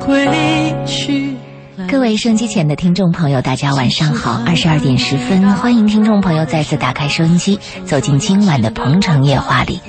归去。各位收机前的听众朋友，大家晚上好，二十二点十分，欢迎听众朋友再次打开收音机，走进今晚的《鹏城夜话》里。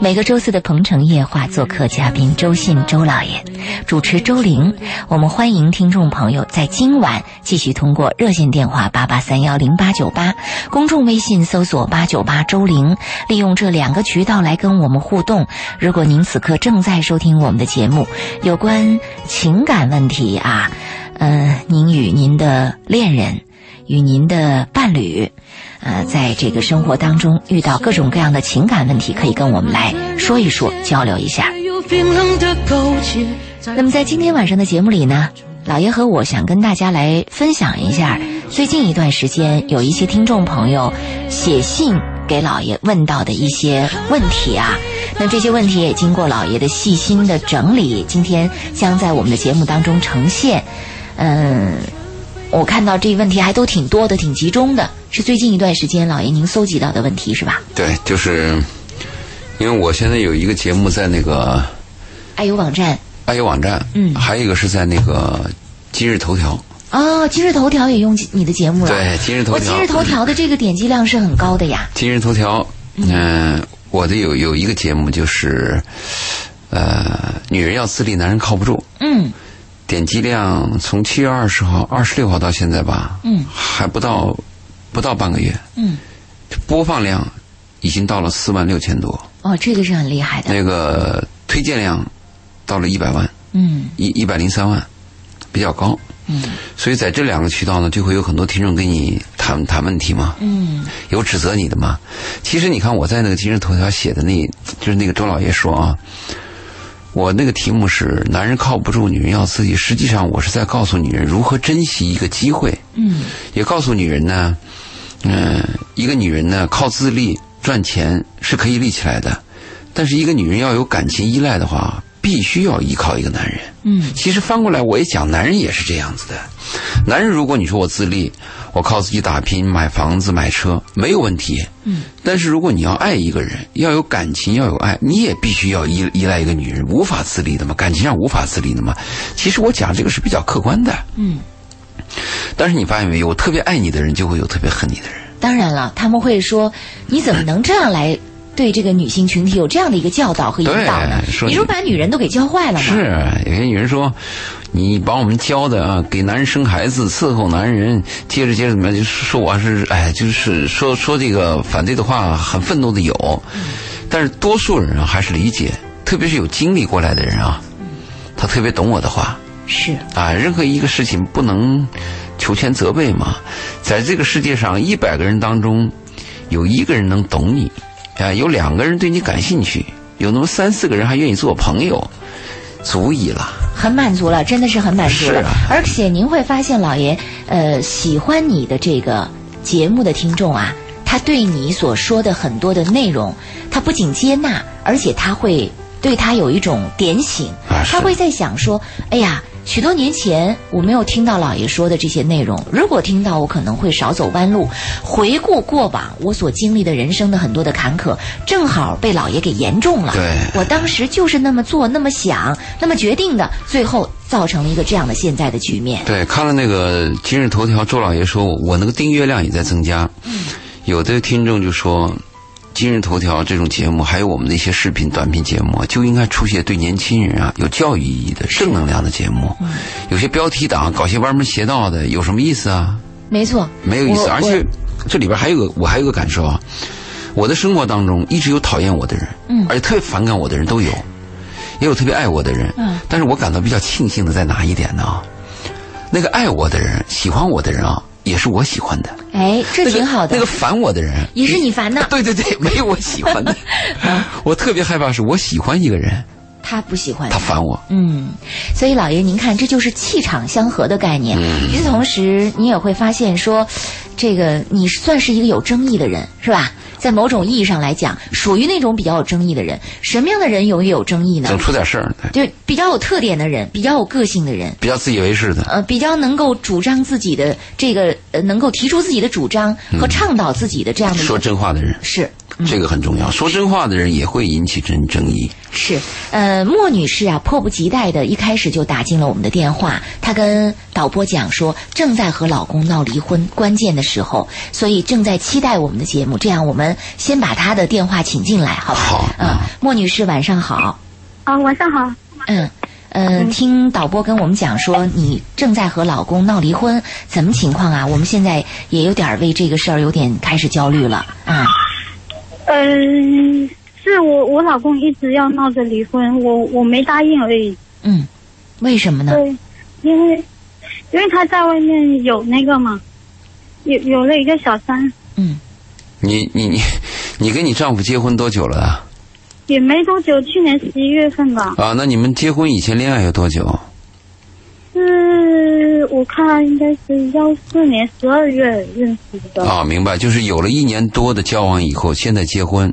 每个周四的《鹏城夜话》做客嘉宾周信周老爷，主持周玲。我们欢迎听众朋友在今晚继续通过热线电话八八三幺零八九八，公众微信搜索八九八周玲，利用这两个渠道来跟我们互动。如果您此刻正在收听我们的节目，有关情感问题啊。呃，您与您的恋人、与您的伴侣，呃，在这个生活当中遇到各种各样的情感问题，可以跟我们来说一说、交流一下。那么在今天晚上的节目里呢，老爷和我想跟大家来分享一下，最近一段时间有一些听众朋友写信给老爷问到的一些问题啊。那这些问题也经过老爷的细心的整理，今天将在我们的节目当中呈现。嗯，我看到这问题还都挺多的，挺集中的，是最近一段时间老爷您搜集到的问题是吧？对，就是因为我现在有一个节目在那个爱友哎网站，爱友网站，嗯还有一个是在那个呃今日头条，哦，今日头条也用你的节目了。对，今日头我条，今日头条的这个点击量是很高的呀。今日头条，嗯、我的有有一个节目就是，呃，女人要自立，男人靠不住，嗯点击量从七月二十号、二十六号到现在吧，嗯，还不到不到半个月，嗯，播放量已经到了四万六千多，哦，这个是很厉害的。那个推荐量到了一百万，嗯一一百零三万，比较高。嗯所以在这两个渠道呢，就会有很多听众跟你谈谈问题嘛，嗯有指责你的嘛。其实你看我在那个今日头条写的那，就是那个周老爷说啊，我那个题目是“男人靠不住，女人要自己”。实际上我是在告诉女人如何珍惜一个机会，嗯也告诉女人呢，嗯、一个女人呢靠自立赚钱是可以立起来的，但是一个女人要有感情依赖的话，必须要依靠一个男人。嗯其实翻过来我也讲，男人也是这样子的。男人如果你说我自立，我靠自己打拼，买房子、买车，没有问题。嗯。但是如果你要爱一个人，要有感情，要有爱，你也必须要依依赖一个女人，无法自立的嘛，感情上无法自立的嘛。其实我讲这个是比较客观的，嗯，但是你发现没有，我特别爱你的人就会有特别恨你的人。当然了，他们会说你怎么能这样来对这个女性群体有这样的一个教导和引导呢？对说你你是不是把女人都给教坏了嘛？是，啊有些女人说，你把我们教的啊，给男人生孩子，伺候男人，接着接着怎么样，就是说我是哎，就是说说这个反对的话，很愤怒的有，但是多数人啊还是理解，特别是有经历过来的人啊，他特别懂我的话是，啊，任何一个事情不能求全责备嘛，在这个世界上一百个人当中，有一个人能懂你，啊，有两个人对你感兴趣，有那么三四个人还愿意做朋友，足以了。很满足了，真的是很满足了。是啊而且您会发现，老爷，呃，喜欢你的这个节目的听众啊，他对你所说的很多的内容，他不仅接纳，而且他会对他有一种点醒，啊是他会在想说，哎呀。许多年前，我没有听到老爷说的这些内容。如果听到，我可能会少走弯路。回顾过往我所经历的人生的很多的坎坷，正好被老爷给言中了。对我当时就是那么做、那么想、那么决定的，最后造成了一个这样的现在的局面。对，看了那个今日头条，周老爷说我那个订阅量也在增加。有的听众就说，今日头条这种节目，还有我们的一些视频、短频节目啊，就应该出现对年轻人啊有教育意义的正能量的节目。有些标题党搞些歪门邪道的，有什么意思啊？没错，没有意思。我而且这里边还有个我还有个感受啊，我的生活当中一直有讨厌我的人，嗯而且特别反感我的人都有，也有特别爱我的人，嗯，但是我感到比较庆幸的在哪一点呢？那个爱我的人、喜欢我的人啊，也是我喜欢的，我哎，这挺好的，那个那个烦我的人也是你烦的， 对对对，没有我喜欢 的。 我特别害怕，是我喜欢一个人，他不喜欢他烦我。嗯，所以老爷，您看，这就是气场相合的概念。嗯与此同时，你也会发现说，这个你算是一个有争议的人，是吧？在某种意义上来讲，属于那种比较有争议的人。什么样的人有有争议呢总？出点事儿，对就是比较有特点的人，比较有个性的人，比较自以为是的。呃，比较能够主张自己的这个，呃，能够提出自己的主张和倡导自己的这样的一个说真话的人，是，这个很重要。说真话的人也会引起争争议。是，呃，莫女士啊，迫不及待的，一开始就打进了我们的电话。她跟导播讲说，正在和老公闹离婚，关键的时候，所以正在期待我们的节目。这样，我们先把她的电话请进来，好吧？好嗯、莫女士，晚上好。啊，晚上好。嗯，呃，听导播跟我们讲说，你正在和老公闹离婚，怎么情况啊？我们现在也有点儿为这个事儿有点开始焦虑了啊。嗯、是我我老公一直要闹着离婚，我我没答应而已。嗯，为什么呢？对，因为因为他在外面有那个嘛，有有了一个小三，嗯，你你你，你跟你丈夫结婚多久了啊？也没多久，去年十一月份吧。啊，那你们结婚以前恋爱有多久？是，我看应该是幺四年十二月认识的。啊，明白，就是有了一年多的交往以后，现在结婚，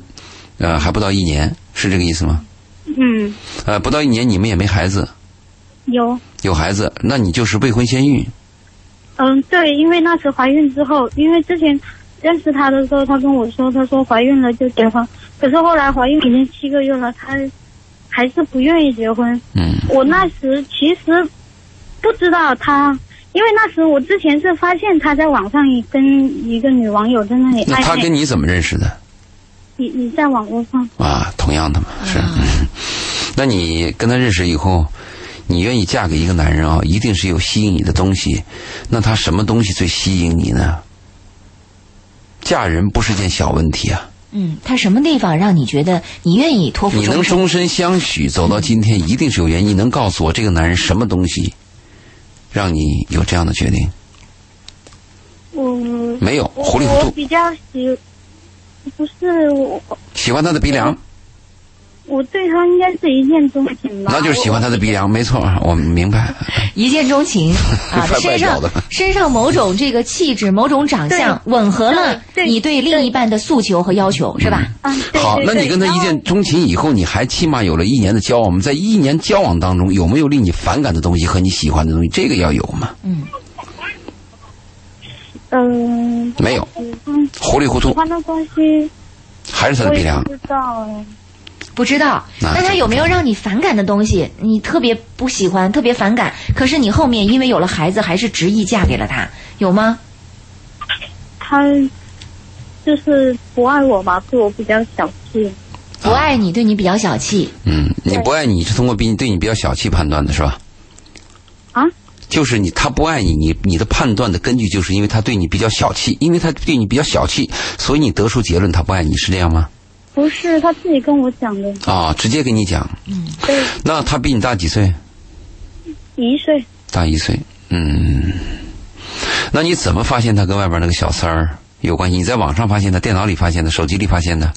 呃，还不到一年，是这个意思吗？嗯，呃，不到一年，你们也没孩子，有。有孩子，那你就是未婚先孕。嗯，对，因为那时怀孕之后，因为之前认识他的时候，他跟我说，他说怀孕了就结婚，可是后来怀孕已经七个月了，他还是不愿意结婚。嗯我那时其实不知道他，因为那时我之前是发现他在网上跟一个女网友在那里那他暧昧，跟你怎么认识的？你你在网络上，啊，同样的嘛，是。 嗯那你跟他认识以后，你愿意嫁给一个男人啊，一定是有吸引你的东西。那他什么东西最吸引你呢？嫁人不是件小问题啊，嗯，他什么地方让你觉得你愿意托付你能终身？终身相许走到今天，一定是有原因。你能告诉我这个男人什么东西让你有这样的决定？我没有，我糊里糊我涂，比较喜，不是我喜欢他的鼻梁，我对他应该是一见钟情吧，那就是喜欢他的鼻梁，没错，啊我明白。一见钟 情啊，快身快上搞的身上某种这个气质、某种长相吻合了对对你对另一半的诉求和要求，是吧？嗯，对好，对那对你跟他然一后见钟情以后，你还起码有了一年的交往。我们在一年交往当中，有没有令你反感的东西和你喜欢的东西？这个要有嘛？嗯，嗯，没有，嗯，糊里糊喜涂，欢的东西还是他的我鼻也梁不。知道哎，不知道。那那他有没有让你反感的东西？你特别不喜欢，特别反感，可是你后面因为有了孩子，还是执意嫁给了他，有吗？他就是不爱我吧，对我比较小气。不爱你，对你比较小气。嗯，你不爱你是通过比你对你比较小气判断的是吧？啊，就是你他不爱你，你你的判断的根据就是因为他对你比较小气，因为他对你比较小气，所以你得出结论他不爱你是这样吗？不是他自己跟我讲的，啊、直接跟你讲，对，那他比你大几岁？一岁。大一岁，嗯，那你怎么发现他跟外边那个小三儿有关系？你在网上发现的，电脑里发现的，手机里发现的，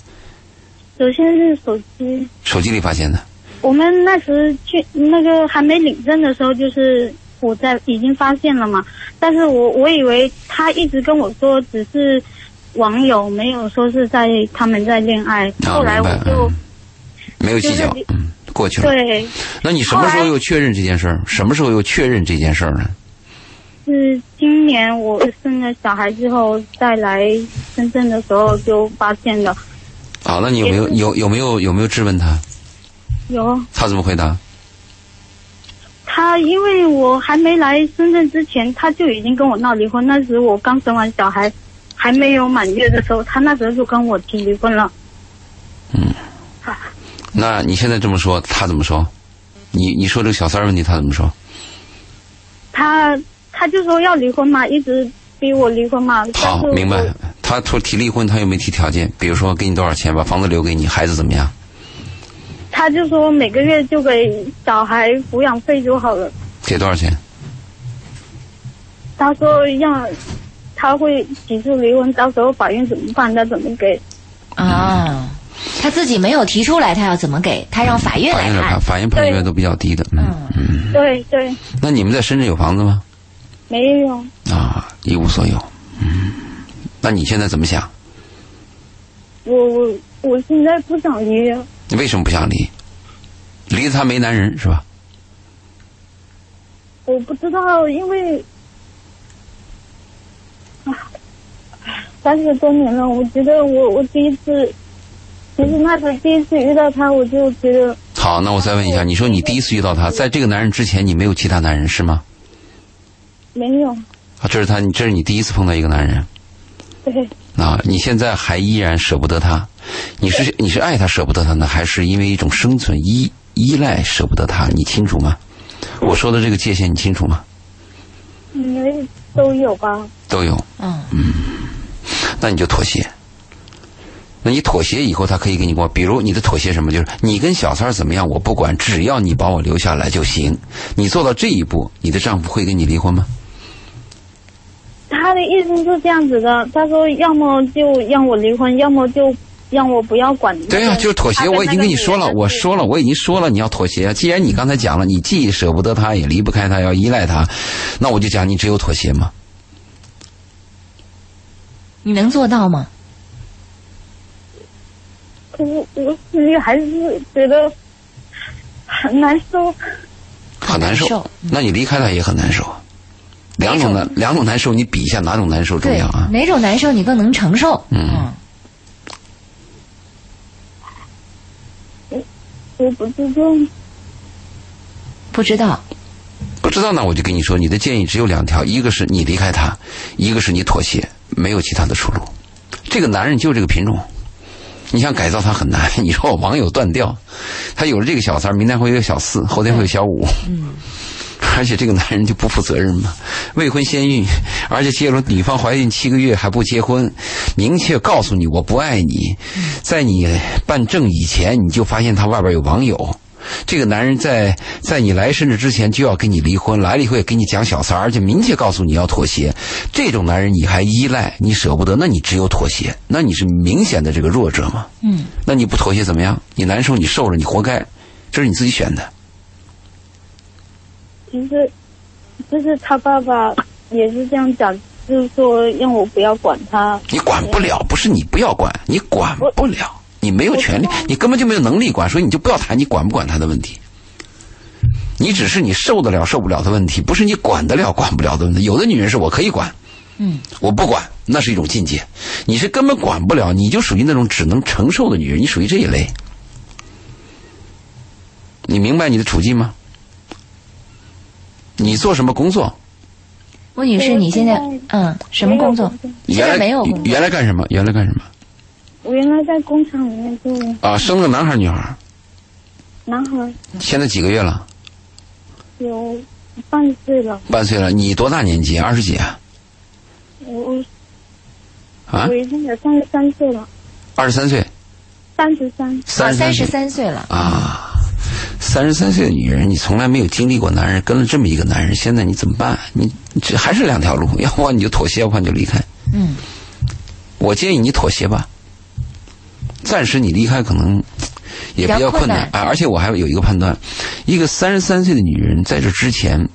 首先是手机，手机里发现的。我们那时去那个还没领证的时候，就是我在已经发现了嘛，但是我我以为他一直跟我说只是网友，没有说是在他们在恋爱。啊后来明我白就、嗯没有计较就是，嗯，过去了。对。那你什么时候又确认这件事儿？什么时候又确认这件事儿呢？是今年我生了小孩之后，再来深圳的时候就发现了好，那你有没有也是有有没有有没有质问他？有他怎么回答？他，因为我还没来深圳之前，他就已经跟我闹离婚。那时我刚生完小孩，还没有满月的时候，他那时候就跟我提离婚了。那你现在这么说，他怎么说？你你说这个小三儿问题，他怎么说？他他就说要离婚嘛，一直逼我离婚嘛。但好是，我哦明白。他说提离婚，他又没提条件，比如说给你多少钱，把房子留给你，孩子怎么样？他就说每个月就给小孩抚养费就好了。给多少钱？他说要他会起诉离婚，到时候法院怎么办？他怎么给？啊，他自己没有提出来，他要怎么给？他让法院法来院来判判，。法院判决都比较低的。嗯嗯，对对，那你们在深圳有房子吗？没有，啊，一无所有。嗯，那你现在怎么想？我我我现在不想离了，你为什么不想离？离了他没男人是吧？我不知道，因为啊三十多年了，我觉得我我第一次其实那时第一次遇到他，我就觉得好，那我再问一下，你说你第一次遇到他，在这个男人之前，你没有其他男人是吗？没有，啊，这是他，这是你第一次碰到一个男人对，啊，你现在还依然舍不得他，你是你是爱他舍不得他呢，还是因为一种生存依依赖舍不得他？你清楚吗？我说的这个界限你清楚吗？因为都有吧。都有，嗯，那你就妥协。那你妥协以后，他可以给你过，比如你的妥协什么，就是你跟小三儿怎么样，我不管，只要你把我留下来就行。你做到这一步，你的丈夫会跟你离婚吗？他的意思是这样子的，他说要么就让我离婚，要么就让我不要管。对呀、就是妥协。我已经跟你说了，我说了，我已经说了，你要妥协。啊既然你刚才讲了，你既舍不得他，也离不开他，要依赖他，那我就讲，你只有妥协嘛。你能做到吗？可是我自己还是觉得 很难受。很难受。难受那你离开他也很难受。两种难，两种难受，你比一下哪种难受重对要啊，？哪种难受你更能承受？嗯我不知道，不知道，不知道呢，我就跟你说，你的建议只有两条，一个是你离开他，一个是你妥协，没有其他的出路。这个男人就这个品种，你想改造他很难。 你说我网友断掉，他有了这个小三儿，明天会有小四，后天会有小五。嗯，而且这个男人就不负责任嘛，未婚先孕，而且泄露女方怀孕七个月还不结婚，明确告诉你我不爱你，在你办证以前你就发现他外边有网友。这个男人在在你来甚至之前就要跟你离婚，来了以后也跟你讲小三儿，而且明确告诉你要妥协。这种男人你还依赖，你舍不得，那你只有妥协，那你是明显的这个弱者嘛？嗯，那你不妥协怎么样？你难受，你受了，你活该，这是你自己选的。其实就是他爸爸也是这样讲，就是说让我不要管他。你管不了，不是你不要管，你管不了，你没有权利，你根本就没有能力管，所以你就不要谈你管不管他的问题。你只是你受得了受不了的问题，不是你管得了管不了的问题。有的女人是我可以管，嗯，我不管，那是一种境界。你是根本管不了，你就属于那种只能承受的女人，你属于这一类。你明白你的处境吗？你做什么工作？温女士，我你现在现在嗯什么工作没有？现原在来没有工作原来干什么？原来干什么？我原来在工厂里面做啊，生了个男孩儿女孩儿？男孩，现在几个月了？有半岁了，半岁了，你多大年纪？二十几啊？我我啊我，已经有三十三岁了，二十三岁，三十三。啊，三三十岁三岁了，啊，三十三岁的女人，你从来没有经历过男人，跟了这么一个男人，现在你怎么办？你你这还是两条路，要不然你就妥协，要不然你就离开。嗯，我建议你妥协吧，暂时你离开可能也比比较较困难困难啊。而且我还有一个判断，一个三十三岁的女人在这之前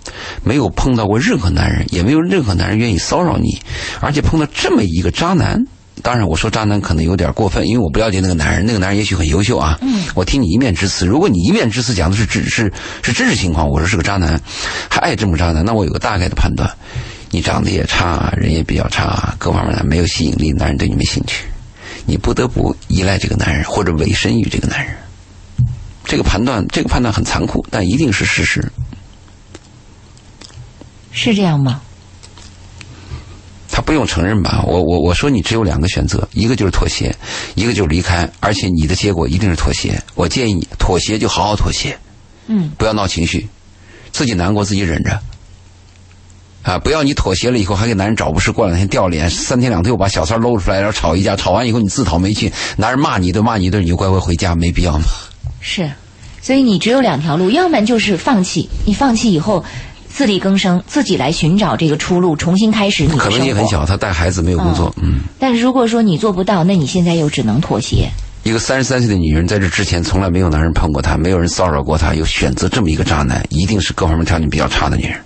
没有碰到过任何男人，也没有任何男人愿意骚扰你，而且碰到这么一个渣男。当然，我说渣男可能有点过分，因为我不了解那个男人，那个男人也许很优秀啊。嗯，我听你一面之词，如果你一面之词讲的是只是是真实情况，我说是个渣男，还爱这么渣男，那我有个大概的判断，你长得也差，人也比较差，各方面呢没有吸引力，男人对你没兴趣，你不得不依赖这个男人，或者委身于这个男人。这个判断，这个判断很残酷，但一定是事实。是这样吗？他不用承认吧？我我我说你只有两个选择，一个就是妥协，一个就是离开，而且你的结果一定是妥协。我建议你妥协就好好妥协，嗯，不要闹情绪，自己难过自己忍着。啊！不要你妥协了以后还给男人找不是，过两天掉脸，三天两头又把小三搂出来，然后吵一架，吵完以后你自讨没趣，男人骂你一顿，骂你一顿，你就乖乖回家，没必要嘛。是，所以你只有两条路，要么就是放弃，你放弃以后自力更生，自己来寻找这个出路，重新开始你的可能生性活。很小，他带孩子没有工作，嗯。但是如果说你做不到，那你现在又只能妥协。一个三十三岁的女人，在这之前从来没有男人碰过她，没有人骚扰过她，又选择这么一个渣男，一定是各方面条件比较差的女人。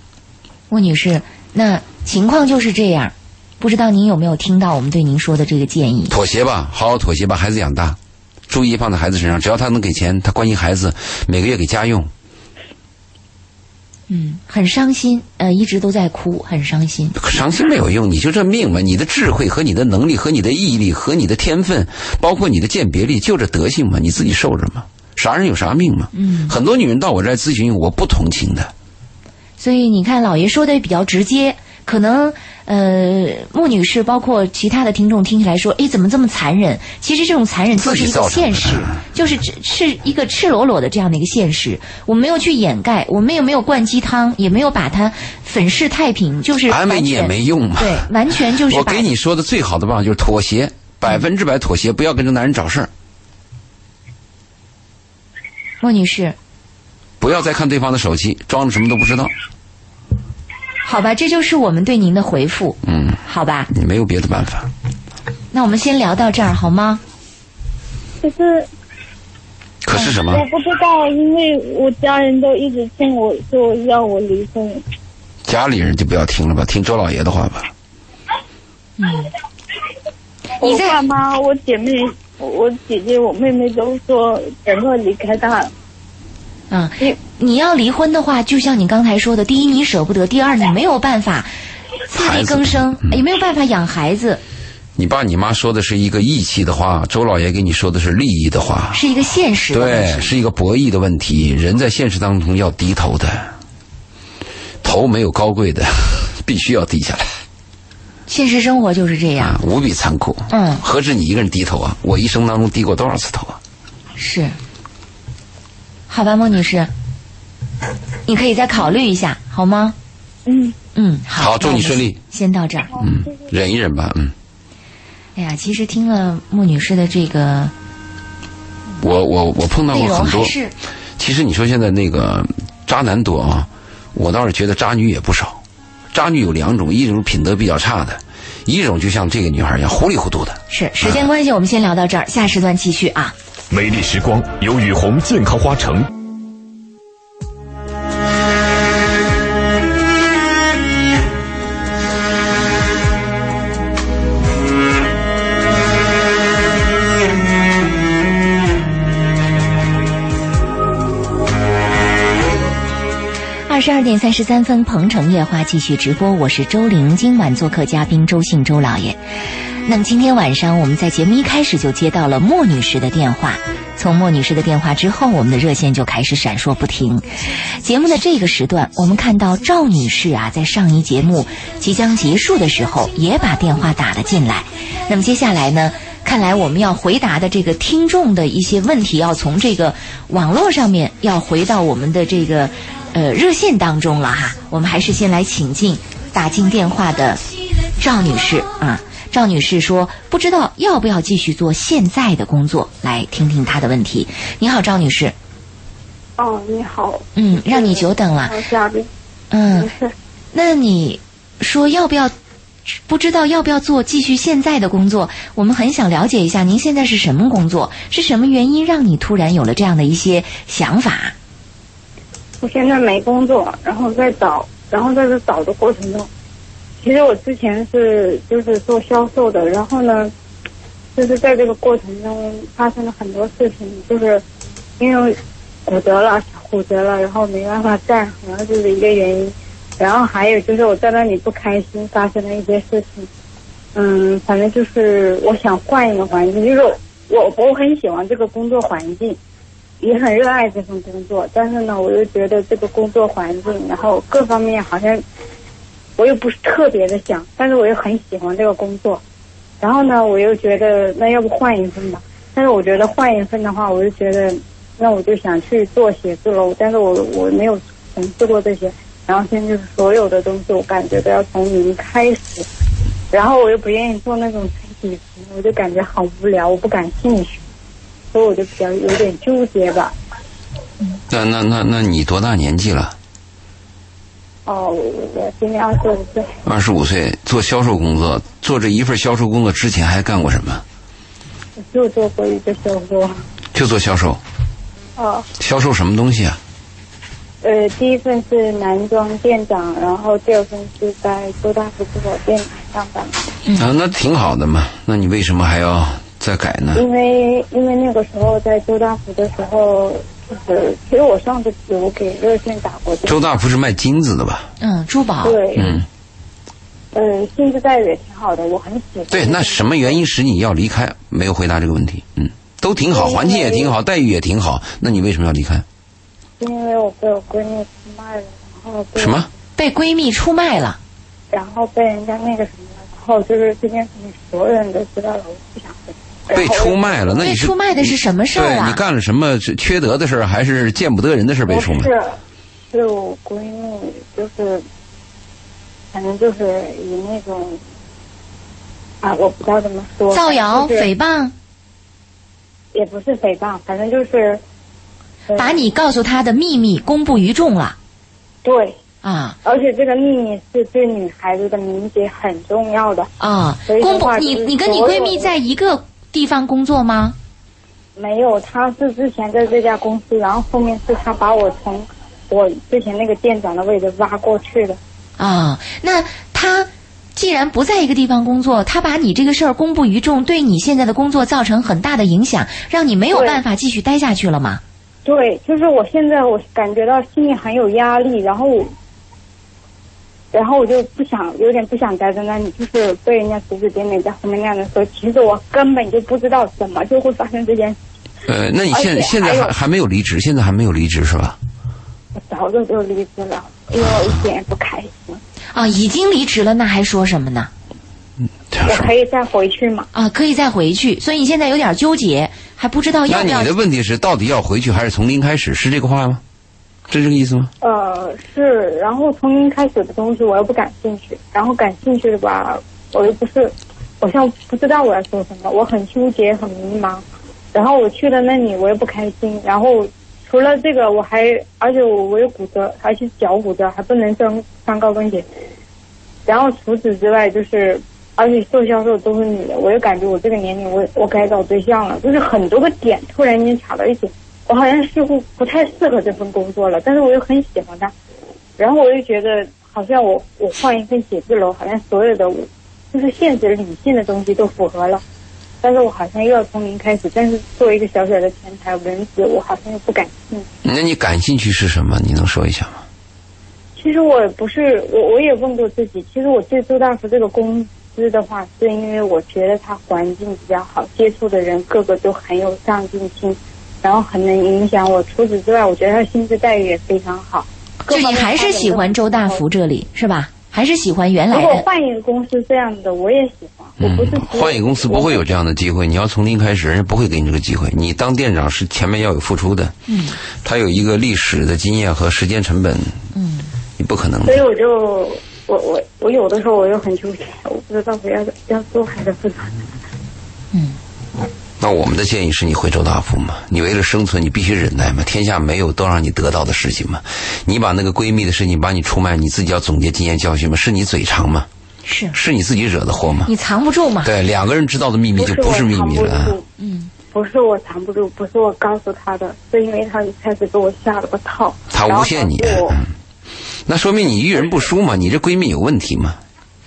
温女士，那情况就是这样，不知道您有没有听到我们对您说的这个建议？妥协吧，好好妥协，把孩子养大，注意放在孩子身上，只要他能给钱，他关心孩子，每个月给家用，嗯，很伤心，呃，一直都在哭，很伤心。伤心没有用，你就这命吧。你的智慧和你的能力和你的毅力和你的天分，包括你的鉴别力，就这德性嘛，你自己受着嘛。啥人有啥命嘛。嗯，很多女人到我这儿咨询，我不同情的。所以你看，老爷说的比较直接，可能呃，穆女士包括其他的听众听起来说，哎，怎么这么残忍？其实这种残忍就是一个现实，就是是一个赤裸裸的这样的一个现实。我没有去掩盖，我们也没有灌鸡汤，也没有把它粉饰太平，就是安慰你也没用嘛。对，完全就是我给你说的最好的办法就是妥协，百分之百妥协，不要跟这男人找事儿。莫女士，不要再看对方的手机，装着什么都不知道。好吧，这就是我们对您的回复。嗯，好吧，你没有别的办法。那我们先聊到这儿好吗？可是可是什么？嗯我不知道，因为我家人都一直劝我说要我离婚。家里人就不要听了吧，听周老爷的话吧。你我在爸妈、我姐妹、我我姐姐、我妹妹都说赶快离开他。嗯，你要离婚的话，就像你刚才说的，第一你舍不得，第二你没有办法自力更生，嗯也没有办法养孩子，你爸你妈说的是一个义气的话，周老爷给你说的是利益的话，是一个现实的问对题，。是一个博弈的问题。人在现实当中要低头的，头没有高贵的，必须要低下来现实生活就是这样。啊，无比残酷。嗯何止你一个人低头啊？我一生当中低过多少次头啊？是，好吧，孟女士，你可以再考虑一下，好吗？嗯，嗯，好，好祝那你我们顺利先到这儿。嗯，忍一忍吧，嗯。哎呀，其实听了穆女士的这个我我我碰到内过容，很还多，是其实你说现在那个渣男多啊，我倒是觉得渣女也不少。渣女有两种，一种是品德比较差的，一种就像这个女孩一样糊里糊涂的。是时间关系，我们先聊到这儿，下时段继续啊。美丽时光由雨虹健康花城二十二点三十三分，鹏城夜话继续直播，我是周玲。今晚做客嘉宾周信周老爷。那么今天晚上我们在节目一开始就接到了莫女士的电话，从莫女士的电话之后，我们的热线就开始闪烁不停。节目的这个时段，我们看到赵女士啊，在上一节目即将结束的时候，也把电话打了进来。那么接下来呢？看来我们要回答的这个听众的一些问题，要从这个网络上面要回到我们的这个呃热线当中了哈。我们还是先来请进打进电话的赵女士啊。赵女士说：“不知道要不要继续做现在的工作？来听听她的问题。”你好，赵女士，哦，你好，嗯，让你久等了，好嘉宾，嗯 没，事，那你说要不要？不知道要不要做继续现在的工作？我们很想了解一下，您现在是什么工作？是什么原因让你突然有了这样的一些想法？我现在没工作，然后在找，然后在这找的过程中，其实我之前是就是做销售的，然后呢，就是在这个过程中发生了很多事情，就是因为骨折了，小骨折了，然后没办法站，然后就是一个原因，然后还有就是我在那里不开心，发生了一些事情，嗯，反正就是我想换一个环境，就是我我很喜欢这个工作环境，也很热爱这份工作，但是呢，我又觉得这个工作环境，然后各方面好像我又不是特别的想，但是我又很喜欢这个工作，然后呢，我又觉得那要不换一份吧，但是我觉得换一份的话，我就觉得那我就想去做写字楼，但是我我没有从事过这些，然后现在就是所有的东西我感觉都要从零开始，然后我又不愿意做那种体力活，我就感觉好无聊，我不感兴趣。所以我就比较有点纠结吧。那那那那你多大年纪了？哦，我今年二十五岁，二十五岁，做销售工作，做这一份销售工作之前还干过什么？我就做过一个销售。就做销售，哦，销售什么东西啊？呃，第一份是男装店长，然后第二份是在周大福珠宝店上班，嗯啊，那挺好的嘛。那嗯你为什么还要再改呢？因为因为那个时候在周大福的时候，就是其实我上次有给热线打过电周话，大福是卖金子的吧？嗯，珠宝，对，嗯，嗯，现在待遇也挺好的，我很喜欢。对，那什么原因使你要离开？没有回答这个问题。嗯，都挺好，对环境也挺好，待遇也挺好，那你为什么要离开？是因为我被我闺蜜出卖了，然后被什么？被闺蜜出卖了。然后被人家那个什么，然后就是这件事情所有人都知道了，我不想回。被出卖了？那被你是出卖的是什么事儿对你啊？干了什么缺德的事儿，还是见不得人的事儿被不出卖？是，是我闺蜜，就是，反正就是以那种，啊，我不知道怎么说，造谣、就是诽谤，也不是诽谤，反正就是，呃把你告诉他的秘密公布于众了对，啊而且这个秘密是对女孩子的理解很重要的，啊！所以的公布话你就是你跟你所闺有蜜的在一个地方工作吗？没有，他是之前在这家公司，然后后面是他把我从我之前那个店长的位置挖过去的。啊，那他既然不在一个地方工作，他把你这个事儿公布于众，对你现在的工作造成很大的影响，让你没有对办法继续待下去了吗？对，就是我现在我感觉到心里很有压力，然后我，然后我就不想，有点不想待在那里，就是被人家指指点点在后面那样的时候，其实我根本就不知道怎么就会发生这件事，呃，那你而现且现在还有还还没有离职，现在还没有离职是吧？我早早就离职了，因为我一点也不开心。啊，已经离职了，那还说什么呢？这样我说可以再回去吗？啊，可以再回去，所以你现在有点纠结，还不知道那要不你要的问题是到底要回去还是从零开始？是这个话吗？是这个意思吗？呃，是，然后从零开始的东西我又不感兴趣，然后感兴趣的吧，我又不是，我像不知道我要说什么，我很纠结，很迷茫。然后我去了那里，我又不开心。然后除了这个，我还而且我我有骨折，而且脚骨折，还不能穿穿高跟鞋。然后除此之外，就是而且做销售都是女的，我又感觉我这个年龄我我该找对象了，就是很多个点突然间卡到一起，我好像似乎不太适合这份工作了，但是我又很喜欢它，然后我又觉得好像我我换一份写字楼，好像所有的我就是现实理性的东西都符合了。但是我好像又要从零开始，但是作为一个小小的前台文职，我好像又不感兴趣。嗯那你感兴趣是什么？你能说一下吗？其实我不是，我我也问过自己，其实我对周大福这个公司的话，是因为我觉得他环境比较好，接触的人个个都很有上进心，然后很能影响我。除此之外，我觉得他薪资待遇也非常好。各就方你面还发是展喜都欢很周大好福这里是吧？还是喜欢原如来果的？换一个公司这样的，我也喜欢。我不是只有嗯换一个公司不会有这样的机会。你要从零开始，人家不会给你这个机会。你当店长是前面要有付出的，嗯，他有一个历史的经验和时间成本，嗯，你不可能所以我就我我我有的时候我就很纠结，我不知道我要要做还是不做。那我们的建议是你回周大福嘛？你为了生存，你必须忍耐嘛？天下没有都让你得到的事情嘛？你把那个闺蜜的事情把你出卖，你自己要总结经验教训嘛？是你嘴长嘛？是是你自己惹的祸嘛？你藏不住嘛？对，两个人知道的秘密就不我是秘藏密嗯不了啊。住，嗯，不是我藏不住，嗯不是我告诉他的，是因为他一开始给我下了个套，他然后诬陷你导致我嗯那说明你遇人不淑嘛？你这闺蜜有问题嘛？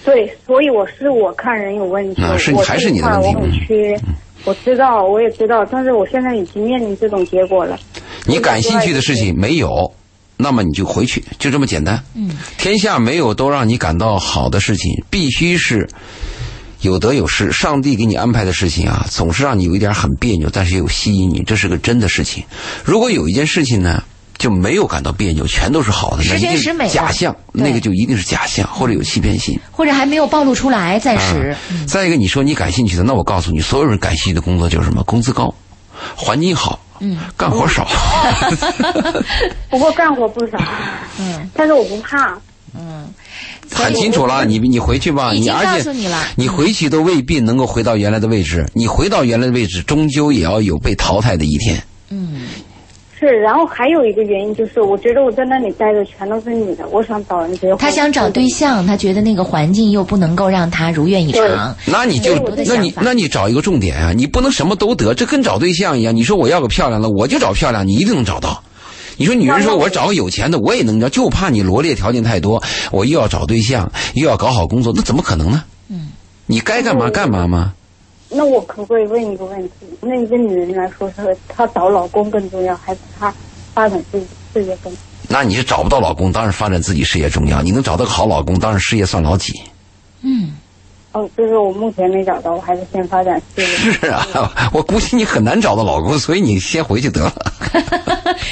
对，所以我是我看人有问题，啊是你我还是你的问题这一块我很缺，我知道，我也知道，但是我现在已经面临这种结果了。你感兴趣的事情没有，那么你就回去，就这么简单。嗯，天下没有都让你感到好的事情，必须是有得有失。上帝给你安排的事情啊，总是让你有一点很别扭，但是又吸引你，这是个真的事情。如果有一件事情呢，就没有感到别扭，全都是好的，嗯十那一全定十美是假了象，对那个就一定是假象，或者有欺骗性。或者还没有暴露出来，暂时。嗯再一个，你说你感兴趣的，那我告诉你，所有人感兴趣的工作就是什么？工资高，环境好，嗯，干活少。不过干活不少，嗯，但是我不怕，很清楚了，你你回去吧，已嗯啊你经而告诉且你了你回去都未必能够回到原来的位置，你回到原来的位置，终究也要有被淘汰的一天。嗯，是，然后还有一个原因就是，我觉得我在那里待着全都是女的，我想找人结婚。他想找对象，他觉得那个环境又不能够让他如愿以偿。那你就有很多的，那你想法那你找一个重点啊，你不能什么都得，这跟找对象一样。你说我要个漂亮的，我就找漂亮，你一定能找到。你说女人说我找个有钱的，我也能找，就怕你罗列条件太多，我又要找对象，又要搞好工作，那怎么可能呢？嗯，你该干嘛干嘛吗？那我可不可以问一个问题？那一个女人来说是她找老公更重要，还是她发展自己事业更重要？那你是找不到老公，当然发展自己事业重要。你能找到个好老公，当然事业算老几。嗯，哦，就是我目前没找到，我还是先发展事业。 是啊，我估计你很难找到老公，所以你先回去得了。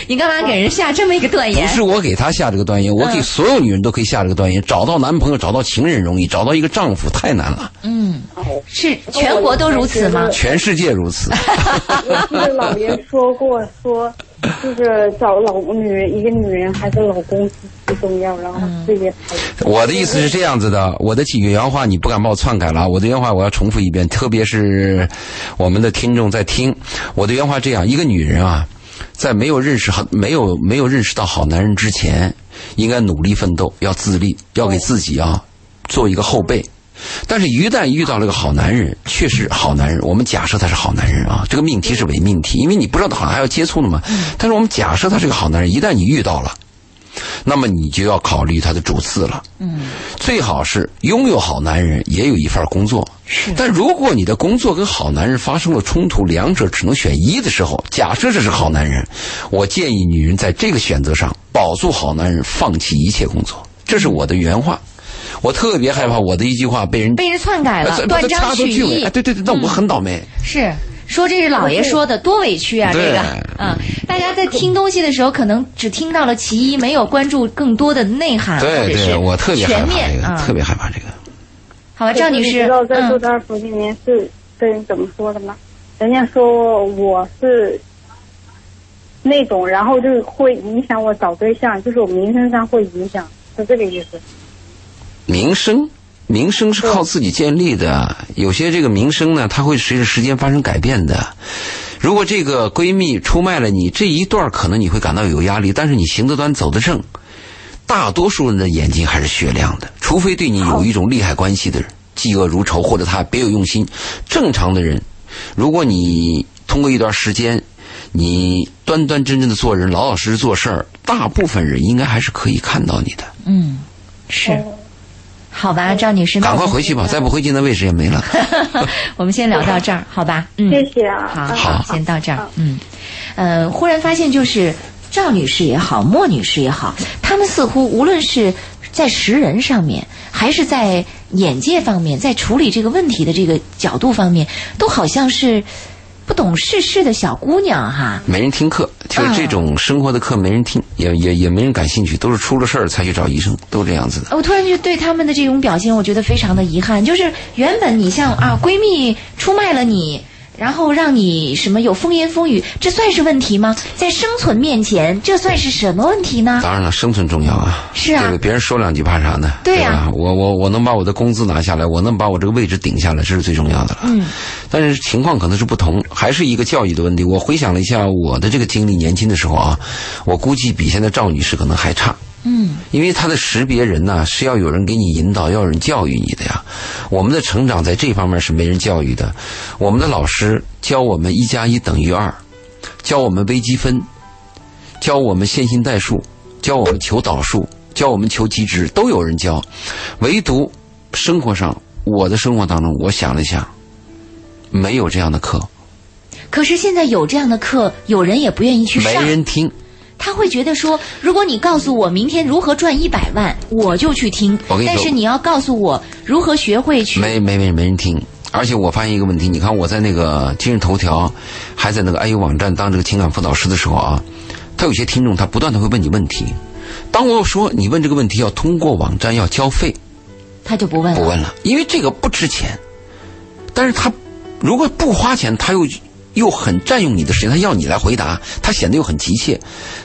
你干嘛给人下这么一个断不言？是我给他下这个断言，我给所有女人都可以下这个断言：找到男朋友、找到情人容易，找到一个丈夫太难了。嗯，哦是全国都如此吗？全世界如此。我记得老爷说过，说就是找老女人，一个女人还是老公最重要，然后嗯事业才。我的意思是这样子的，我的几个原话你不敢把我篡改了啊，我的原话我要重复一遍，特别是我们的听众在听，我的原话这样：一个女人啊，在没有认识好没有没有认识到好男人之前，应该努力奋斗，要自立，要给自己啊做一个后背。但是，一旦遇到了个好男人，确实好男人，我们假设他是好男人啊，这个命题是伪命题，因为你不知道他还要接触呢嘛。但是我们假设他是个好男人，一旦你遇到了，那么你就要考虑他的主次了。嗯，最好是拥有好男人，也有一份工作。是但如果你的工作跟好男人发生了冲突，两者只能选一的时候，假设这是好男人，我建议女人在这个选择上保住好男人，放弃一切工作。这是我的原话。我特别害怕我的一句话被人被人篡改呃了，这断这章插头取句尾义嗯哎。对对对，那我很倒霉。是说这是老爷说的，多委屈啊！这对个，嗯，大家在听东西的时候，可能只听到了其一，没有关注更多的内涵，或对者啊是对，我特别害全怕这面个，啊。特别害怕这个。好啊吧，赵女你士知道，在做嗯，这二十几年是跟人怎么说的吗？人家说我是那种，然后就是会影响我找对象，就是我名声上会影响，是这个意思。名声，名声是靠自己建立的。有些这个名声呢，它会随着时间发生改变的。如果这个闺蜜出卖了你，这一段可能你会感到有压力，但是你行得端，走得正。大多数人的眼睛还是雪亮的，除非对你有一种利害关系的人，嫉恶如仇或者他别有用心。正常的人，如果你通过一段时间，你端端正正的做人，老老实实做事儿，大部分人应该还是可以看到你的。嗯，是，好吧，赵女士，那赶我快们回去吧，再不回去那位置也没了。我们先聊到这儿，好吧？嗯，谢谢啊，好，嗯好先到这儿。嗯，呃，忽然发现就是赵女士也好，莫女士也好，她们似乎无论是在识人上面，还是在眼界方面，在处理这个问题的这个角度方面，都好像是不懂世事的小姑娘哈。没人听课，就是这种生活的课没人听，也也也没人感兴趣，都是出了事儿才去找医生，都这样子的。我突然就对她们的这种表现，我觉得非常的遗憾。就是原本你像啊，闺蜜出卖了你。然后让你什么有风言风语，这算是问题吗？在生存面前，这算是什么问题呢？当然了，生存重要啊，是啊对吧？别人说两句怕啥呢？对呀吧？我我我能把我的工资拿下来，我能把我这个位置顶下来，这是最重要的了。嗯，但是情况可能是不同，还是一个教育的问题。我回想了一下我的这个经历，年轻的时候啊，我估计比现在赵女士可能还差。嗯，因为他的识别人呢、是要有人给你引导，要有人教育你的呀。我们的成长在这方面是没人教育的。我们的老师教我们一加一等于二，教我们微积分，教我们线性代数，教我们求导数，教我们求极值，都有人教。唯独生活上，我的生活当中，我想了一想，没有这样的课，可是现在有这样的课，有人也不愿意去没上。人听。他会觉得说，如果你告诉我明天如何赚一百万，我就去听。我跟你说但是你要告诉我如何学会去。没没没没人听。而且我发现一个问题，你看我在那个今日头条，还在那个爱优网站当这个情感辅导师的时候啊，他有些听众他不断的会问你问题。当我说你问这个问题要通过网站要交费，他就不问不了。问了，因为这个不值钱。但是他如果不花钱，他又又很占用你的时间，他要你来回答，他显得又很急切。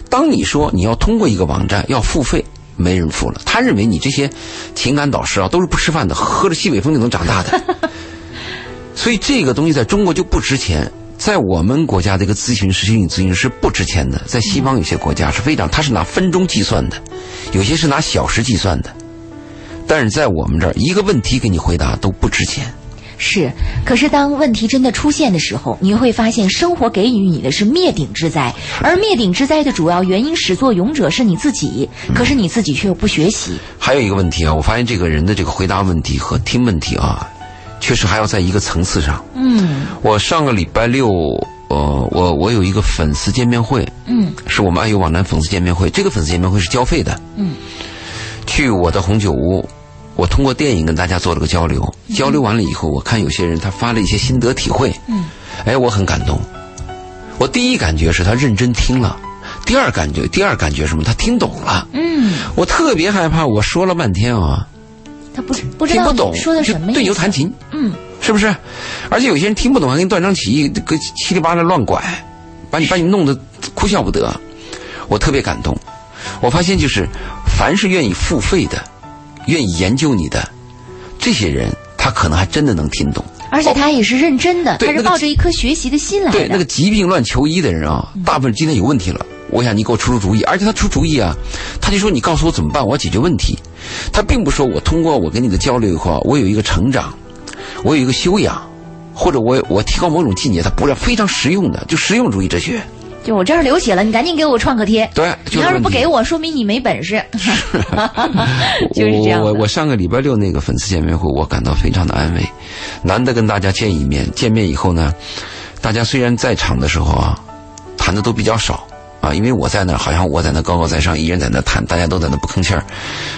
当你说你要通过一个网站要付费，没人付了，他认为你这些情感导师啊都是不吃饭的，喝着西北风就能长大的。 所以这个东西在中国就不值钱。在我们国家，这个咨询师、心理咨询师不值钱的，在西方有些国家是非常，他是拿分钟计算的，有些是拿小时计算的。但是在我们这儿，一个问题给你回答都不值钱。是，可是当问题真的出现的时候，你会发现生活给予你的是灭顶之灾，而灭顶之灾的主要原因始作俑者是你自己。嗯可是你自己却又不学习。还有一个问题啊，我发现这个人的这个回答问题和听问题啊，确实还要在一个层次上。嗯我上个礼拜六，呃，我我有一个粉丝见面会，嗯是我们爱优网站粉丝见面会。这个粉丝见面会是交费的，嗯，去我的红酒屋，我通过电影跟大家做了个交流。交流完了以后，我看有些人他发了一些心得体会，嗯，哎，我很感动。我第一感觉是他认真听了，第二感觉第二感觉是什么？他听懂了。嗯，我特别害怕，我说了半天啊，他不不知听道不你懂，说的就什么意思。对牛弹琴。嗯是不是？而且有些人听不懂，还给你断章取义，跟七里八啦乱拐，把你把你弄得哭笑不得。我特别感动，我发现就是凡是愿意付费的，愿意研究你的这些人，他可能还真的能听懂。而且他也是认真的，哦对他是那个抱着一颗学习的心来的。对那个疾病乱求医的人啊，大部分今天有问题了。我想你给我出出主意，而且他出主意啊，他就说你告诉我怎么办，我要解决问题。他并不说我通过我跟你的交流以后啊，我有一个成长，我有一个修养，或者我我提高某种境界，他不是非常实用的，就实用主义哲学。就我这儿流血了，你赶紧给我创可贴。对，就你要是问不题给我，说明你没本事。 就是这样的我我我上个礼拜六那个粉丝见面会，我感到非常的安慰，难得跟大家见一面。见面以后呢，大家虽然在场的时候啊，谈的都比较少啊，因为我在那儿好像我在那高高在上，一人在那谈，大家都在那不吭气儿。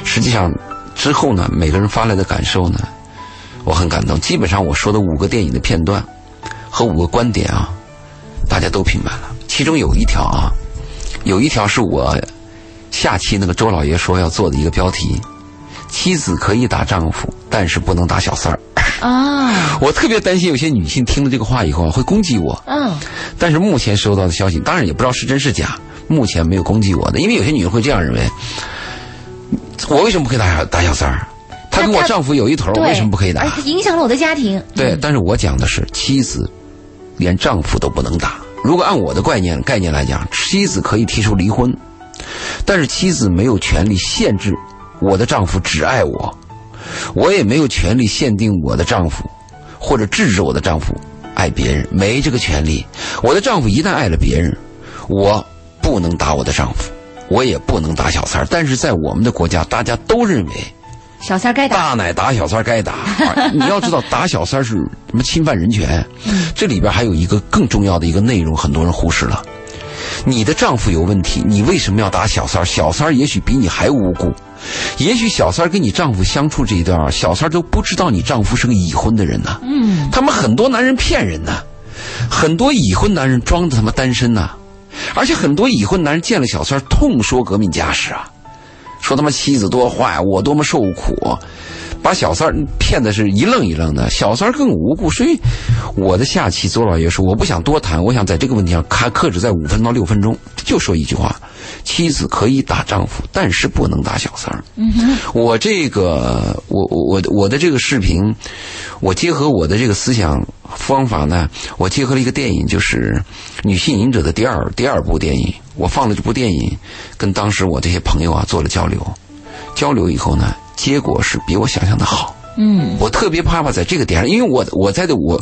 实际上之后呢，每个人发来的感受呢，我很感动。基本上我说的五个电影的片段和五个观点啊，大家都评满了。其中有一条啊，有一条是我下期那个周老爷说要做的一个标题：妻子可以打丈夫，但是不能打小三儿。啊，我特别担心有些女性听了这个话以后啊，会攻击我。嗯，但是目前收到的消息，当然也不知道是真是假，目前没有攻击我的，因为有些女人会这样认为：我为什么不可以打小打小三儿？她跟我那她丈夫有一头，对，我为什么不可以打而？且影响了我的家庭。对，但是我讲的是妻子连丈夫都不能打。如果按我的概念概念来讲，妻子可以提出离婚，但是妻子没有权利限制我的丈夫只爱我，我也没有权利限定我的丈夫或者制止我的丈夫爱别人，没这个权利。我的丈夫一旦爱了别人，我不能打我的丈夫，我也不能打小三儿。但是在我们的国家，大家都认为小三儿该打。大奶打小三儿该打， 啊你要知道打小三儿是什么侵犯人权。嗯这里边还有一个更重要的一个内容，很多人忽视了。你的丈夫有问题，你为什么要打小三儿？小三儿也许比你还无辜，也许小三儿跟你丈夫相处这一段啊，小三儿都不知道你丈夫是个已婚的人呢、嗯，他们很多男人骗人呐，很多已婚男人装的他妈单身呐、而且很多已婚男人见了小三儿痛说革命家史啊，说他妈妻子多坏，我多么受苦，把小三儿骗的是一愣一愣的，小三儿更无辜。所以我的下期周老爷说，我不想多谈，我想在这个问题上克克制在五分到六分钟，就说一句话：妻子可以打丈夫，但是不能打小三儿。我这个，我我我我的这个视频，我结合我的这个思想方法呢，我结合了一个电影，就是《女性瘾者》的第二第二部电影。我放了这部电影，跟当时我这些朋友啊做了交流，交流以后呢，结果是比我想象的好。嗯我特别怕怕在这个点上，因为我我在的我，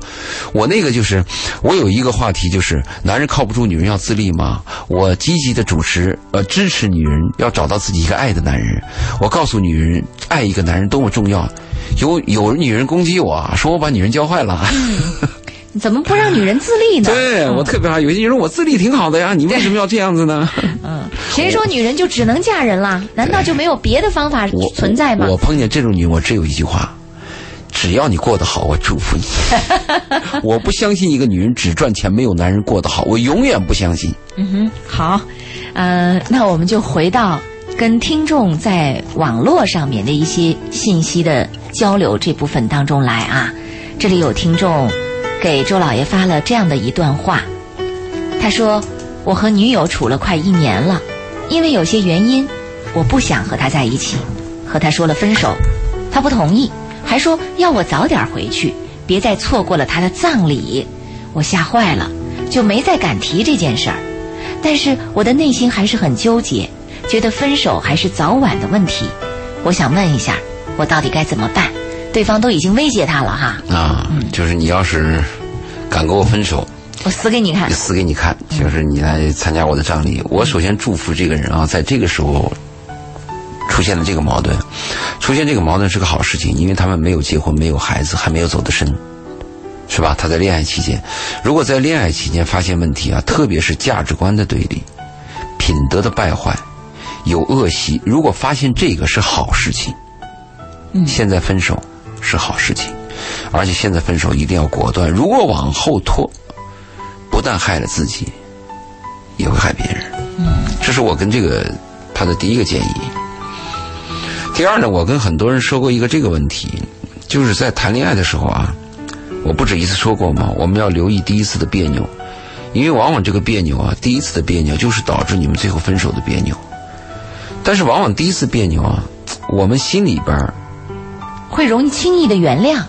我那个就是我有一个话题就是男人靠不住，女人要自立嘛。我积极的主持呃支持女人要找到自己一个爱的男人。我告诉女人，爱一个男人多么重要。有有女人攻击我，啊说我把女人教坏了。啊怎么不让女人自立呢？对我特别怕，有些人说我自立挺好的呀，你为什么要这样子呢？嗯，谁说女人就只能嫁人啦？难道就没有别的方法我存在吗我？？我碰见这种女人，我只有一句话：只要你过得好，我 祝福你。我不相信一个女人只赚钱没有男人过得好，我永远不相信。嗯哼，好，呃，那我们就回到跟听众在网络上面的一些信息的交流这部分当中来啊。这里有听众给周老爷发了这样的一段话，他说：“我和女友处了快一年了，因为有些原因，我不想和她在一起，和她说了分手，她不同意，还说要我早点回去，别再错过了她的葬礼。我吓坏了，就没再敢提这件事儿。但是我的内心还是很纠结，觉得分手还是早晚的问题。我想问一下，我到底该怎么办？对方都已经威胁他了哈，啊，嗯就是你要是敢跟我分手，我死给你看 就。死给你看，就是你来参加我的葬礼。我首先祝福这个人啊，在这个时候出现了这个矛盾，出出现这个矛盾是个好事情，因为他们没有结婚，没有孩子，还没有走得深，是吧？他在恋爱期间，如果在恋爱期间发现问题啊，特别是价值观的对立、品德的败坏、有恶习，如果发现这个是好事情，嗯现在分手是好事情，而且现在分手一定要果断，如果往后拖，不但害了自己，也会害别人。嗯这是我跟这个他的第一个建议。第二呢，我跟很多人说过一个这个问题，就是在谈恋爱的时候啊，我不止一次说过嘛，我们要留意第一次的别扭，因为往往这个别扭啊，第一次的别扭就是导致你们最后分手的别扭。但是往往第一次别扭啊，我们心里边儿会容易轻易的原谅，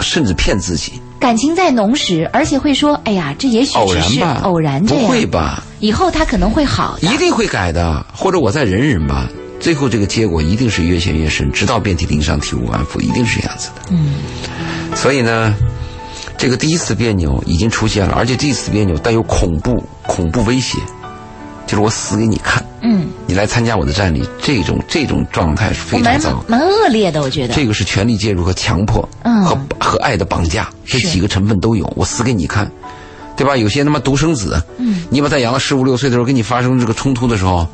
甚至骗自己，感情在浓时，而且会说，哎呀，这也许偶只然是吧，偶然这不样，会吧？以后他可能会 好的一。定会改的，或者我再忍忍吧。最后这个结果一定是越陷越深，直到遍体鳞伤、体无完肤，一定是这样子的。嗯，所以呢，这个第一次别扭已经出现了，而且第一次别扭带有恐怖、恐怖威胁，就是我死给你看，嗯，你来参加我的战力，这种这种状态是非常蛮糟糕。蛮恶劣的，我觉得。这个是权力介入和强迫，嗯和和爱的绑架，这是几个成分都有。我死给你看，对吧？有些他妈独生子，嗯，你把他养到十五六岁的时候，跟你发生这个冲突的时候，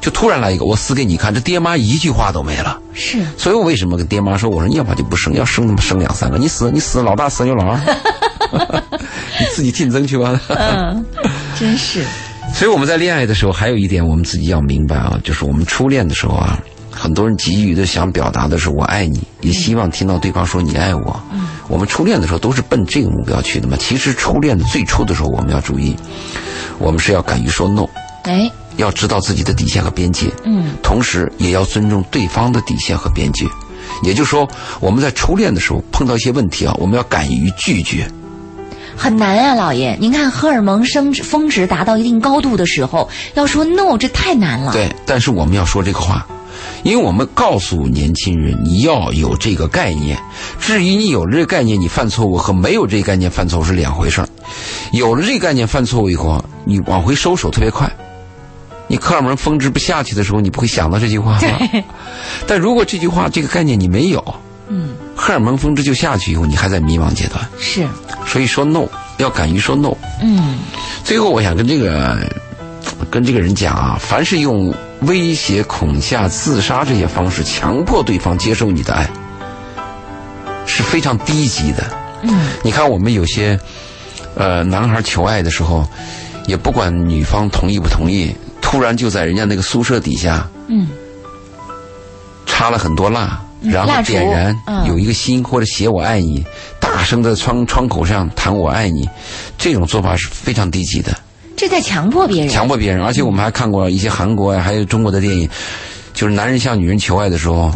就突然来一个我死给你看，这爹妈一句话都没了。是所以我为什么跟爹妈说，我说你要么就不生，要生他妈生两三个，你死你死老大死就老二， 你自己竞争去吧。嗯真是所以我们在恋爱的时候，还有一点我们自己要明白啊，就是我们初恋的时候啊，很多人急于的想表达的是我爱你，也希望听到对方说你爱我。我们初恋的时候都是奔这个目标去的嘛。其实初恋的最初的时候，我们要注意，我们是要敢于说 no，哎，要知道自己的底线和边界，嗯，同时也要尊重对方的底线和边界。也就是说，我们在初恋的时候碰到一些问题啊，我们要敢于拒绝。很难啊，老爷。您看荷尔蒙升值峰值达到一定高度的时候，要说 no，这太难了。，对，但是我们要说这个话，因为我们告诉年轻人，你要有这个概念。至于你有了这个概念，你犯错误和没有这个概念犯错误是两回事儿。有了这个概念犯错误以后啊，你往回收手特别快。你荷尔蒙峰值不下去的时候，你不会想到这句话吗？但如果这句话这个概念你没有，嗯，荷尔蒙峰值就下去以后，你还在迷茫阶段。是，所以说 no，要敢于说 no。嗯，最后，我想跟这个跟这个人讲啊，凡是用威胁、恐吓、自杀这些方式强迫对方接受你的爱，是非常低级的。嗯，你看我们有些呃男孩求爱的时候，也不管女方同意不同意，突然就在人家那个宿舍底下，嗯，插了很多蜡。然蜡后烛点燃，嗯有一个心或者写“我爱你”，大声的窗窗口上谈“我爱你”，这种做法是非常低级的。这在强迫别人。强迫别人，而且我们还看过一些韩国呀，还有中国的电影，就是男人向女人求爱的时候，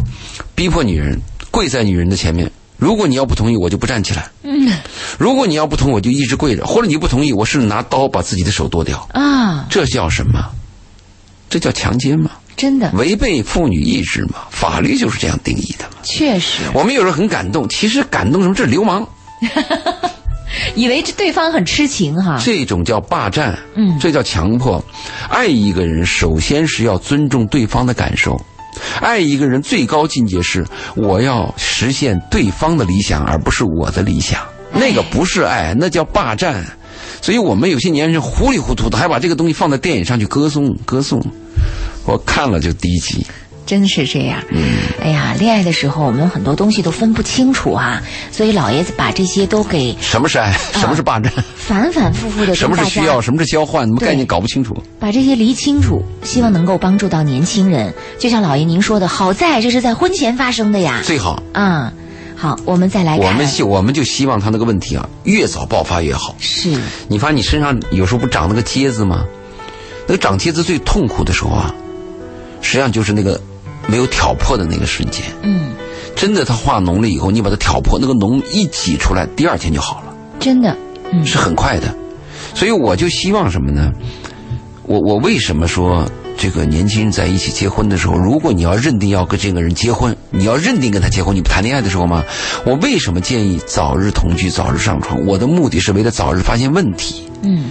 逼迫女人跪在女人的前面。如果你要不同意，我就不站起来。嗯，如果你要不同意，我就一直跪着，或者你不同意，我是拿刀把自己的手剁掉。啊，这叫什么？这叫强奸吗？真的，违背妇女意志吗？法律就是这样定义的嘛。确实，我们有时候很感动，其实感动什么？这是流氓，以为这对方很痴情哈。这种叫霸占，嗯这叫强迫。爱一个人，首先是要尊重对方的感受。爱一个人最高境界是，我要实现对方的理想，而不是我的理想。那个不是爱，那叫霸占。所以我们有些年轻人糊里糊涂的，还把这个东西放在电影上去歌颂歌颂，我看了就低级。真是这样。嗯哎呀，恋爱的时候我们有很多东西都分不清楚啊，所以老爷子把这些都给什么是爱？啊什么是霸占？反反复复的什么是需要？什么是交换？什么概念对搞不清楚？把这些理清楚，希望能够帮助到年轻人。就像老爷您说的，好在这是在婚前发生的呀。最好啊、好，我们再来看，我们就我们就希望他那个问题啊，越早爆发越好。是你发现你身上有时候不长那个疖子吗？那个长疖子最痛苦的时候啊，实际上就是那个没有挑破的那个瞬间。嗯，真的，它化脓了以后，你把它挑破，那个脓一挤出来，第二天就好了，真的，嗯是很快的。所以我就希望什么呢？我我为什么说这个年轻人在一起结婚的时候，如果你要认定要跟这个人结婚，你要认定跟他结婚，你不谈恋爱的时候吗？我为什么建议早日同居，早日上床？我的目的是为了早日发现问题。嗯，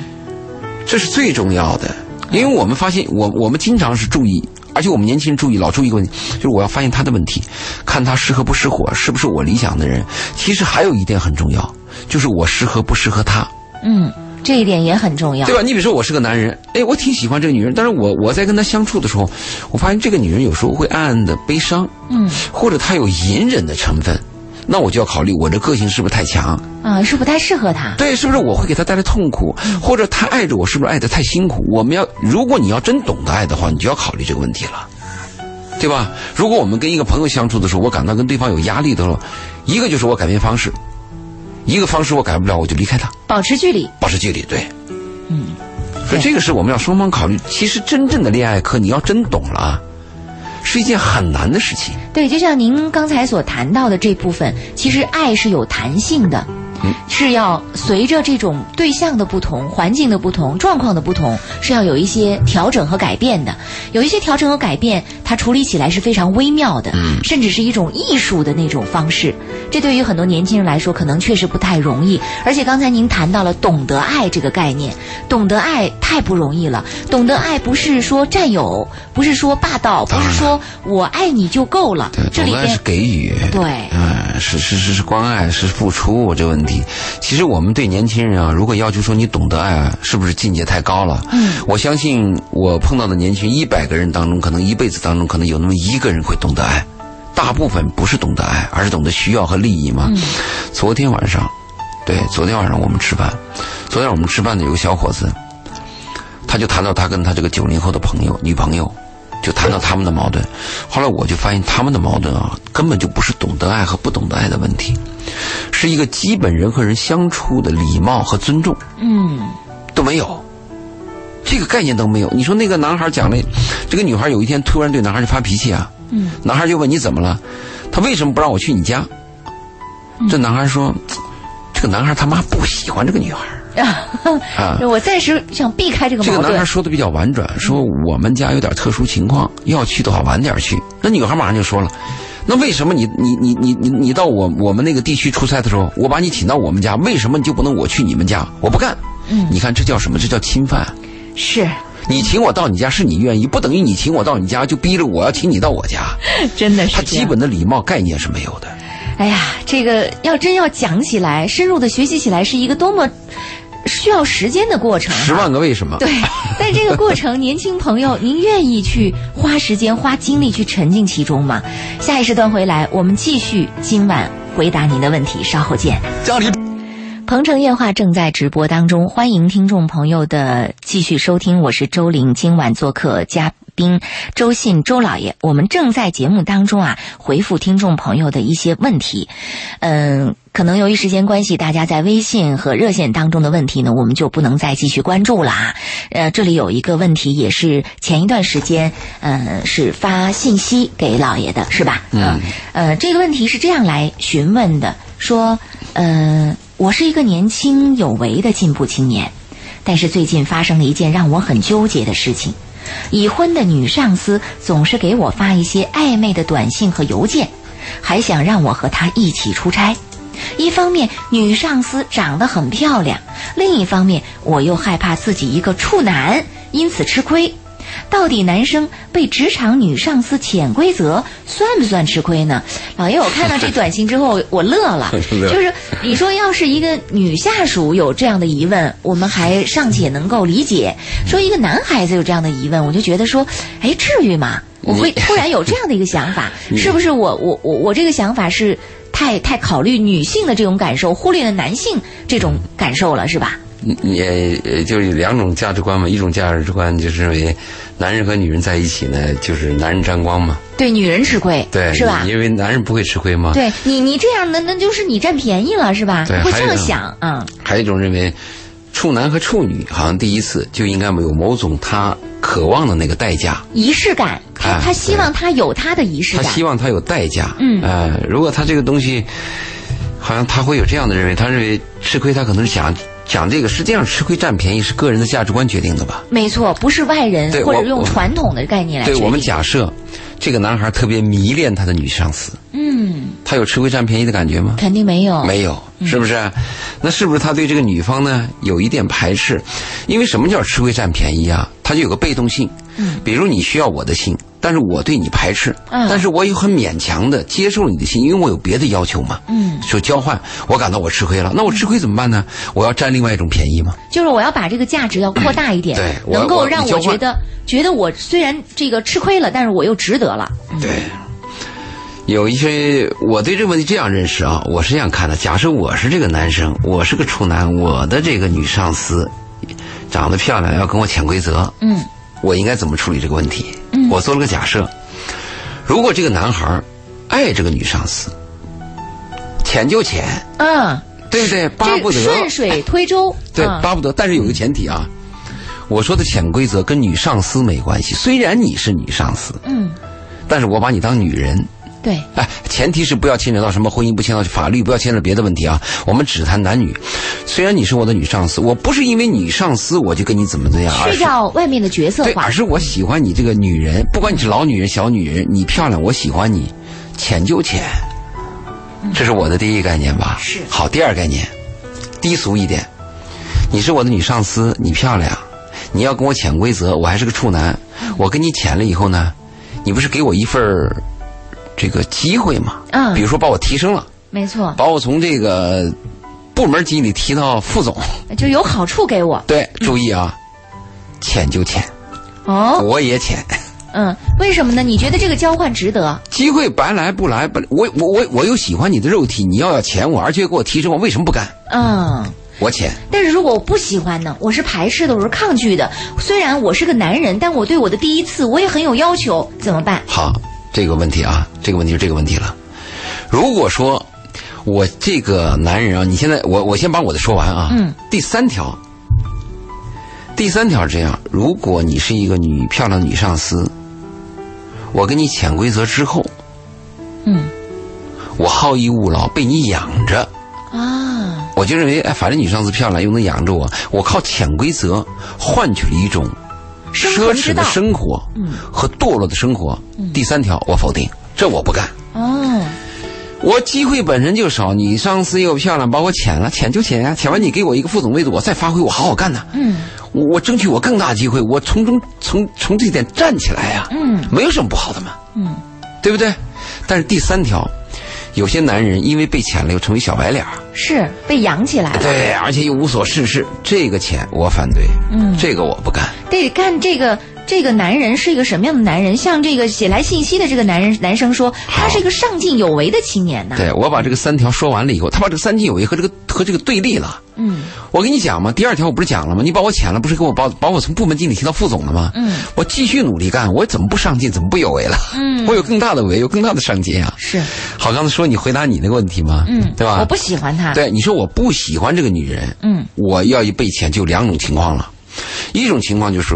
这是最重要的，因为我们发现，我我们经常是注意而且我们年轻人注意老注意一个问题，就是我要发现他的问题，看他适合不适合，是不是我理想的人。其实还有一点很重要，就是我适合不适合他。嗯，这一点也很重要对。吧？你比如说，我是个男人，哎，我挺喜欢这个女人，但是我我在跟她相处的时候，我发现这个女人有时候会暗暗的悲伤，嗯或者她有隐忍的成分，那我就要考虑我这个性是不是太强，啊，是不太适合他。对，是不是我会给她带来痛苦，嗯或者她爱着我是不是爱的太辛苦？我们要，如果你要真懂得爱的话，你就要考虑这个问题了。对吧？如果我们跟一个朋友相处的时候，我感到跟对方有压力的时候，一个就是我改变方式，一个方式我改不了，我就离开他。保持距离。保持距离，对，嗯，所以这个是我们要双方考虑。其实真正的恋爱课，你要真懂了啊，是一件很难的事情。对，就像您刚才所谈到的这部分，其实爱是有弹性的。是要随着这种对象的不同、环境的不同、状况的不同，是要有一些调整和改变的。有一些调整和改变，它处理起来是非常微妙的，嗯甚至是一种艺术的那种方式。这对于很多年轻人来说，可能确实不太容易。而且刚才您谈到了懂得爱这个概念，懂得爱太不容易了。懂得爱不是说占有，不是说霸道，不当然是说我爱你就够了。这懂里得爱边是给予，对嗯，是是是是关爱，是付出这问题。其实我们对年轻人啊，如果要求说你懂得爱啊，是不是境界太高了？嗯，我相信我碰到的年轻人，一百个人当中，可能一辈子当中，可能有那么一个人会懂得爱。大部分不是懂得爱，而是懂得需要和利益嘛。昨天晚上，对，昨天晚上我们吃饭，昨天我们吃饭的有个小伙子，他就谈到他跟他这个九零后的朋友女朋友，就谈到他们的矛盾。后来我就发现他们的矛盾啊，根本就不是懂得爱和不懂得爱的问题，是一个基本人和人相处的礼貌和尊重嗯都没有。这个概念都没有。你说那个男孩讲了，这个女孩有一天突然对男孩就发脾气啊，嗯男孩就问你怎么了，他为什么不让我去你家？这男孩说，这个男孩他妈不喜欢这个女孩儿 啊。我暂时想避开这个这个矛男盾嗯孩。说的比较婉转，说我们家有点特殊情况，要去的话晚点去。那女孩马上就说了，那为什么你你你你你你到我我们那个地区出差的时候，我把你请到我们家，为什么你就不能我去你们家？我不干。嗯你看这叫什么？这叫侵犯。是，你请我到你家是你愿意，不等于你请我到你家就逼着我要请你到我家。 真的是他这样基本的礼貌概念是没有 的。哎呀，这个要真要讲起来，深入的学习起来，是一个多么需要时间的过程啊。十万个为什么？对，但这个过程，年轻朋友，您愿意去花时间、花精力去沉浸其中吗？下一时段回来，我们继续今晚回答您的问题，稍后见。家里鹏城夜话正在直播当中，欢迎听众朋友的继续收听，我是周玲，今晚做客嘉宾周信周老爷。我们正在节目当中啊，回复听众朋友的一些问题。嗯，可能由于时间关系，大家在微信和热线当中的问题呢，我们就不能再继续关注了啊。呃，这里有一个问题，也是前一段时间，呃，是发信息给老爷的，是吧？嗯。呃，这个问题是这样来询问的，说，呃，我是一个年轻有为的进步青年，但是最近发生了一件让我很纠结的事情。已婚的女上司总是给我发一些暧昧的短信和邮件，还想让我和她一起出差。一方面，女上司长得很漂亮；另一方面，我又害怕自己一个处男，因此吃亏。到底男生被职场女上司潜规则算不算吃亏呢？老爷，我看到这短信之后，我乐了，就是你说要是一个女下属有这样的疑问，我们还尚且能够理解；说一个男孩子有这样的疑问，我就觉得说，哎，至于吗？我会突然有这样的一个想 法，嗯是不是我我我我这个想法是太太考虑女性的这种感受，忽略了男性这种感受了，是吧？你你呃就是有两种价值观嘛，一种价值观就是认为男人和女人在一起呢，就是男人沾光嘛，对女人吃亏，对，是吧？因为男人不会吃亏嘛。。对你，你这样那那就是你占便宜了，是吧？对会还这有么一种想啊、还有一种认为，处男和处女好像第一次就应该有某种他渴望的那个代价，仪式感，他、哎他希望他有他的仪式他感，希望他有代价。嗯呃，如果他这个东西，好像他会有这样的认为，他认为吃亏，他可能是想讲这个，实际上吃亏占便宜是个人的价值观决定的吧。没错，不是外人对或者我用我传统的概念来对决我们定假设，这个男孩特别迷恋他的女上司，嗯，他有吃亏占便宜的感觉吗？肯定没有，没有，嗯是不是？那是不是他对这个女方呢有一点排斥？因为什么叫吃亏占便宜啊？他就有个被动性。嗯，比如你需要我的信，但是我对你排斥，嗯但是我也很勉强的接受了你的心，因为我有别的要求嘛。嗯，说交换，我感到我吃亏了，那我吃亏怎么办呢？我要占另外一种便宜吗？就是我要把这个价值要扩大一点，对我能够我让你我交换觉得觉得我虽然这个吃亏了，但是我又值得了。对，有一些我对这个问题这样认识啊，我是这样看的：假设我是这个男生，我是个处男，我的这个女上司长得漂亮，要跟我潜规则，嗯我应该怎么处理这个问题？嗯我做了个假设，如果这个男孩儿爱这个女上司，潜就潜，嗯，对不对？巴这不个得顺水推舟，对，嗯巴不得。但是有个前提啊，我说的潜规则跟女上司没关系。虽然你是女上司，嗯，但是我把你当女人。对，哎，前提是不要牵扯到什么婚姻，不牵扯到法律，不要牵扯别的问题啊。我们只谈男女。虽然你是我的女上司，我不是因为你上司我就跟你怎么怎么样，而去是掉外面的角色对，化而，是我喜欢你这个女嗯人，不管你是老女人、小女人，你漂亮，我喜欢你，浅就浅。这是我的第一概念吧？嗯是好，第二概念，低俗一点，你是我的女上司，你漂亮，你要跟我潜规则，我还是个处男，嗯我跟你潜了以后呢，你不是给我一份儿这个机会吗？嗯比如说把我提升了，没错，把我从这个部门经理提到副总，就有好处给我。对，注意啊，潜就潜，哦，我也潜。嗯，为什么呢？你觉得这个交换值得？机会白来不来，不，我我我我又喜欢你的肉体，你要要钱我，而且给我提升，我为什么不干？嗯。我钱，但是如果我不喜欢呢？我是排斥的，我是抗拒的。虽然我是个男人，但我对我的第一次我也很有要求，怎么办？好，这个问题啊，这个问题是这个问题了。如果说我这个男人啊，你现在我我先把我的说完啊。嗯。第三条，第三条是这样：如果你是一个女漂亮女上司，我跟你潜规则之后，嗯我好逸恶劳，被你养着，啊，我就认为，哎，反正你上次漂亮又能养着我，我靠潜规则换取了一种生奢存之侈道嗯的生活和堕落的生活。第三条，我否定，这我不干。哦，我机会本身就少，你上次又漂亮，把我潜了，潜就潜呀、潜完你给我一个副总位置，我再发挥，我好好干呐、嗯我我争取我更大机会，我从中从从这点站起来呀、嗯没有什么不好的嘛，嗯，对不对？但是第三条，有些男人因为被潜了，又成为小白脸儿。是被养起来了，对，而且又无所事事，这个钱我反对，嗯这个我不干。得看这个这个男人是一个什么样的男人。像这个写来信息的这个男人男生说，他是一个上进有为的青年呐。对我把这个三条说完了以后，他把这个三进有为和这个和这个对立了。嗯我跟你讲嘛，第二条我不是讲了吗？你把我遣了，不是给我把把我从部门经理提到副总了吗？嗯，我继续努力干，我怎么不上进，怎么不有为了？嗯我有更大的为，有更大的上进啊！是，好，刚才说你回答你那个问题吗？嗯，对吧？我不喜欢他。，对，你说我不喜欢这个女人，嗯，我要一被遣就有两种情况了，一种情况就是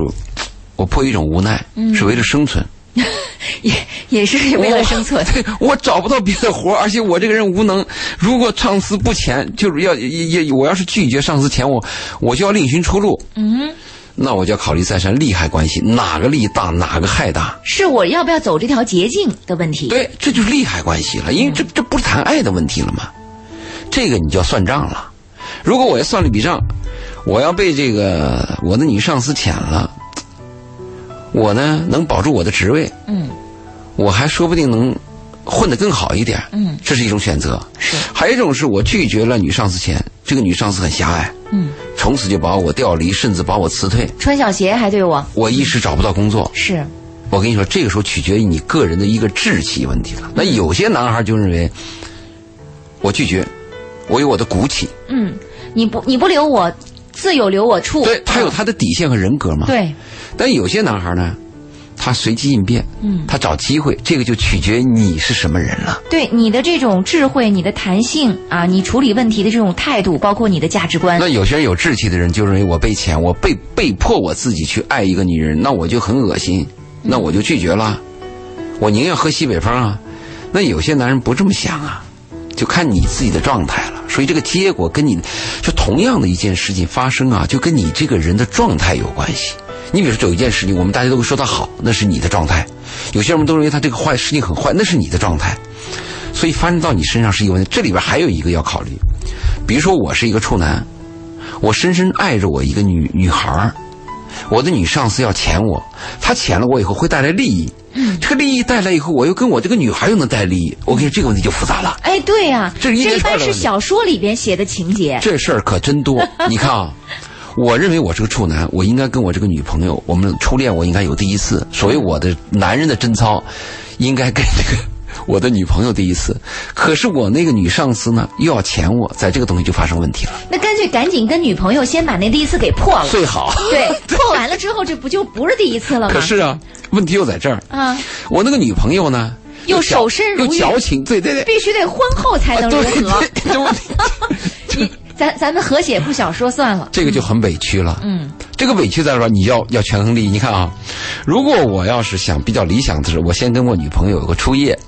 我迫于一种无奈，嗯是为了生存。也也是为了生 存。对我找不到别的活儿而且我这个人无能。如果上司不钱，就是要也也我要是拒绝上司钱，我我就要另寻出路。嗯，那我就要考虑再三利害关系，哪个利大，哪个害大？是我要不要走这条捷径的问题。，对，这就是利害关系了，因为嗯这这不是谈爱的问题了吗？这个你就要算账了。如果我要算了一笔账，我要被这个我的女上司遣了，我呢能保住我的职位，嗯我还说不定能混得更好一点。嗯，这是一种选择。是，还有一种是我拒绝了女上司前，这个女上司很狭隘，嗯，从此就把我调离，甚至把我辞退。穿小鞋还对我我一时找不到工作，是，我跟你说，这个时候取决于你个人的一个志气问题了。那有些男孩就认为，我拒绝，我有我的骨气，嗯，你不你不留我，自有留我处。对他有他的底线和人格嘛。。对，但有些男孩呢，他随机应变，嗯他找机会，这个就取决于你是什么人了。对你的这种智慧、你的弹性啊，你处理问题的这种态度，包括你的价值观那，有些人有志气的人就认为我被钱，我被被迫我自己去爱一个女人，那我就很恶心，那我就拒绝了，我宁愿喝西北风啊。那有些男人不这么想啊，就看你自己的状态了。所以这个结果跟你就同样的一件事情发生啊，就跟你这个人的状态有关系。你比如说有一件事情，我们大家都会说它好，那是你的状态；有些人都认为他这个坏事情很坏，那是你的状态。所以发生到你身上是一个问题。这里边还有一个要考虑，比如说我是一个处男，我深深爱着我一个女女孩儿，我的女上司要潜我，她潜了我以后会带来利益，这个利益带来以后，我又跟我这个女孩又能带利益，我跟你说这个问题就复杂了。哎，对呀、这是一连一串般的是问题小说里边写的情节。这事儿可真多。你看啊，我认为我是个处男，我应该跟我这个女朋友，我们初恋我应该有第一次，所以我的男人的贞操，应该跟这个 我的女朋友第一次。可是我那个女上司呢，又要钱我，在这个东西就发生问题了。那干脆赶紧跟女朋友先把那第一次给破了。最好。对，破完了之后，这不就不是第一次了吗？可是啊，问题又在这儿。啊，我那个女朋友呢，又又矫守身如玉又矫情，对对对，必须得婚后才能啊如对何？对对对 你咱咱们和解不想说算了。这个就很委屈了。嗯，这个委屈在哪儿？你要要权衡利益。你看啊，如果我要是想比较理想的是，我先跟我女朋友有个初夜，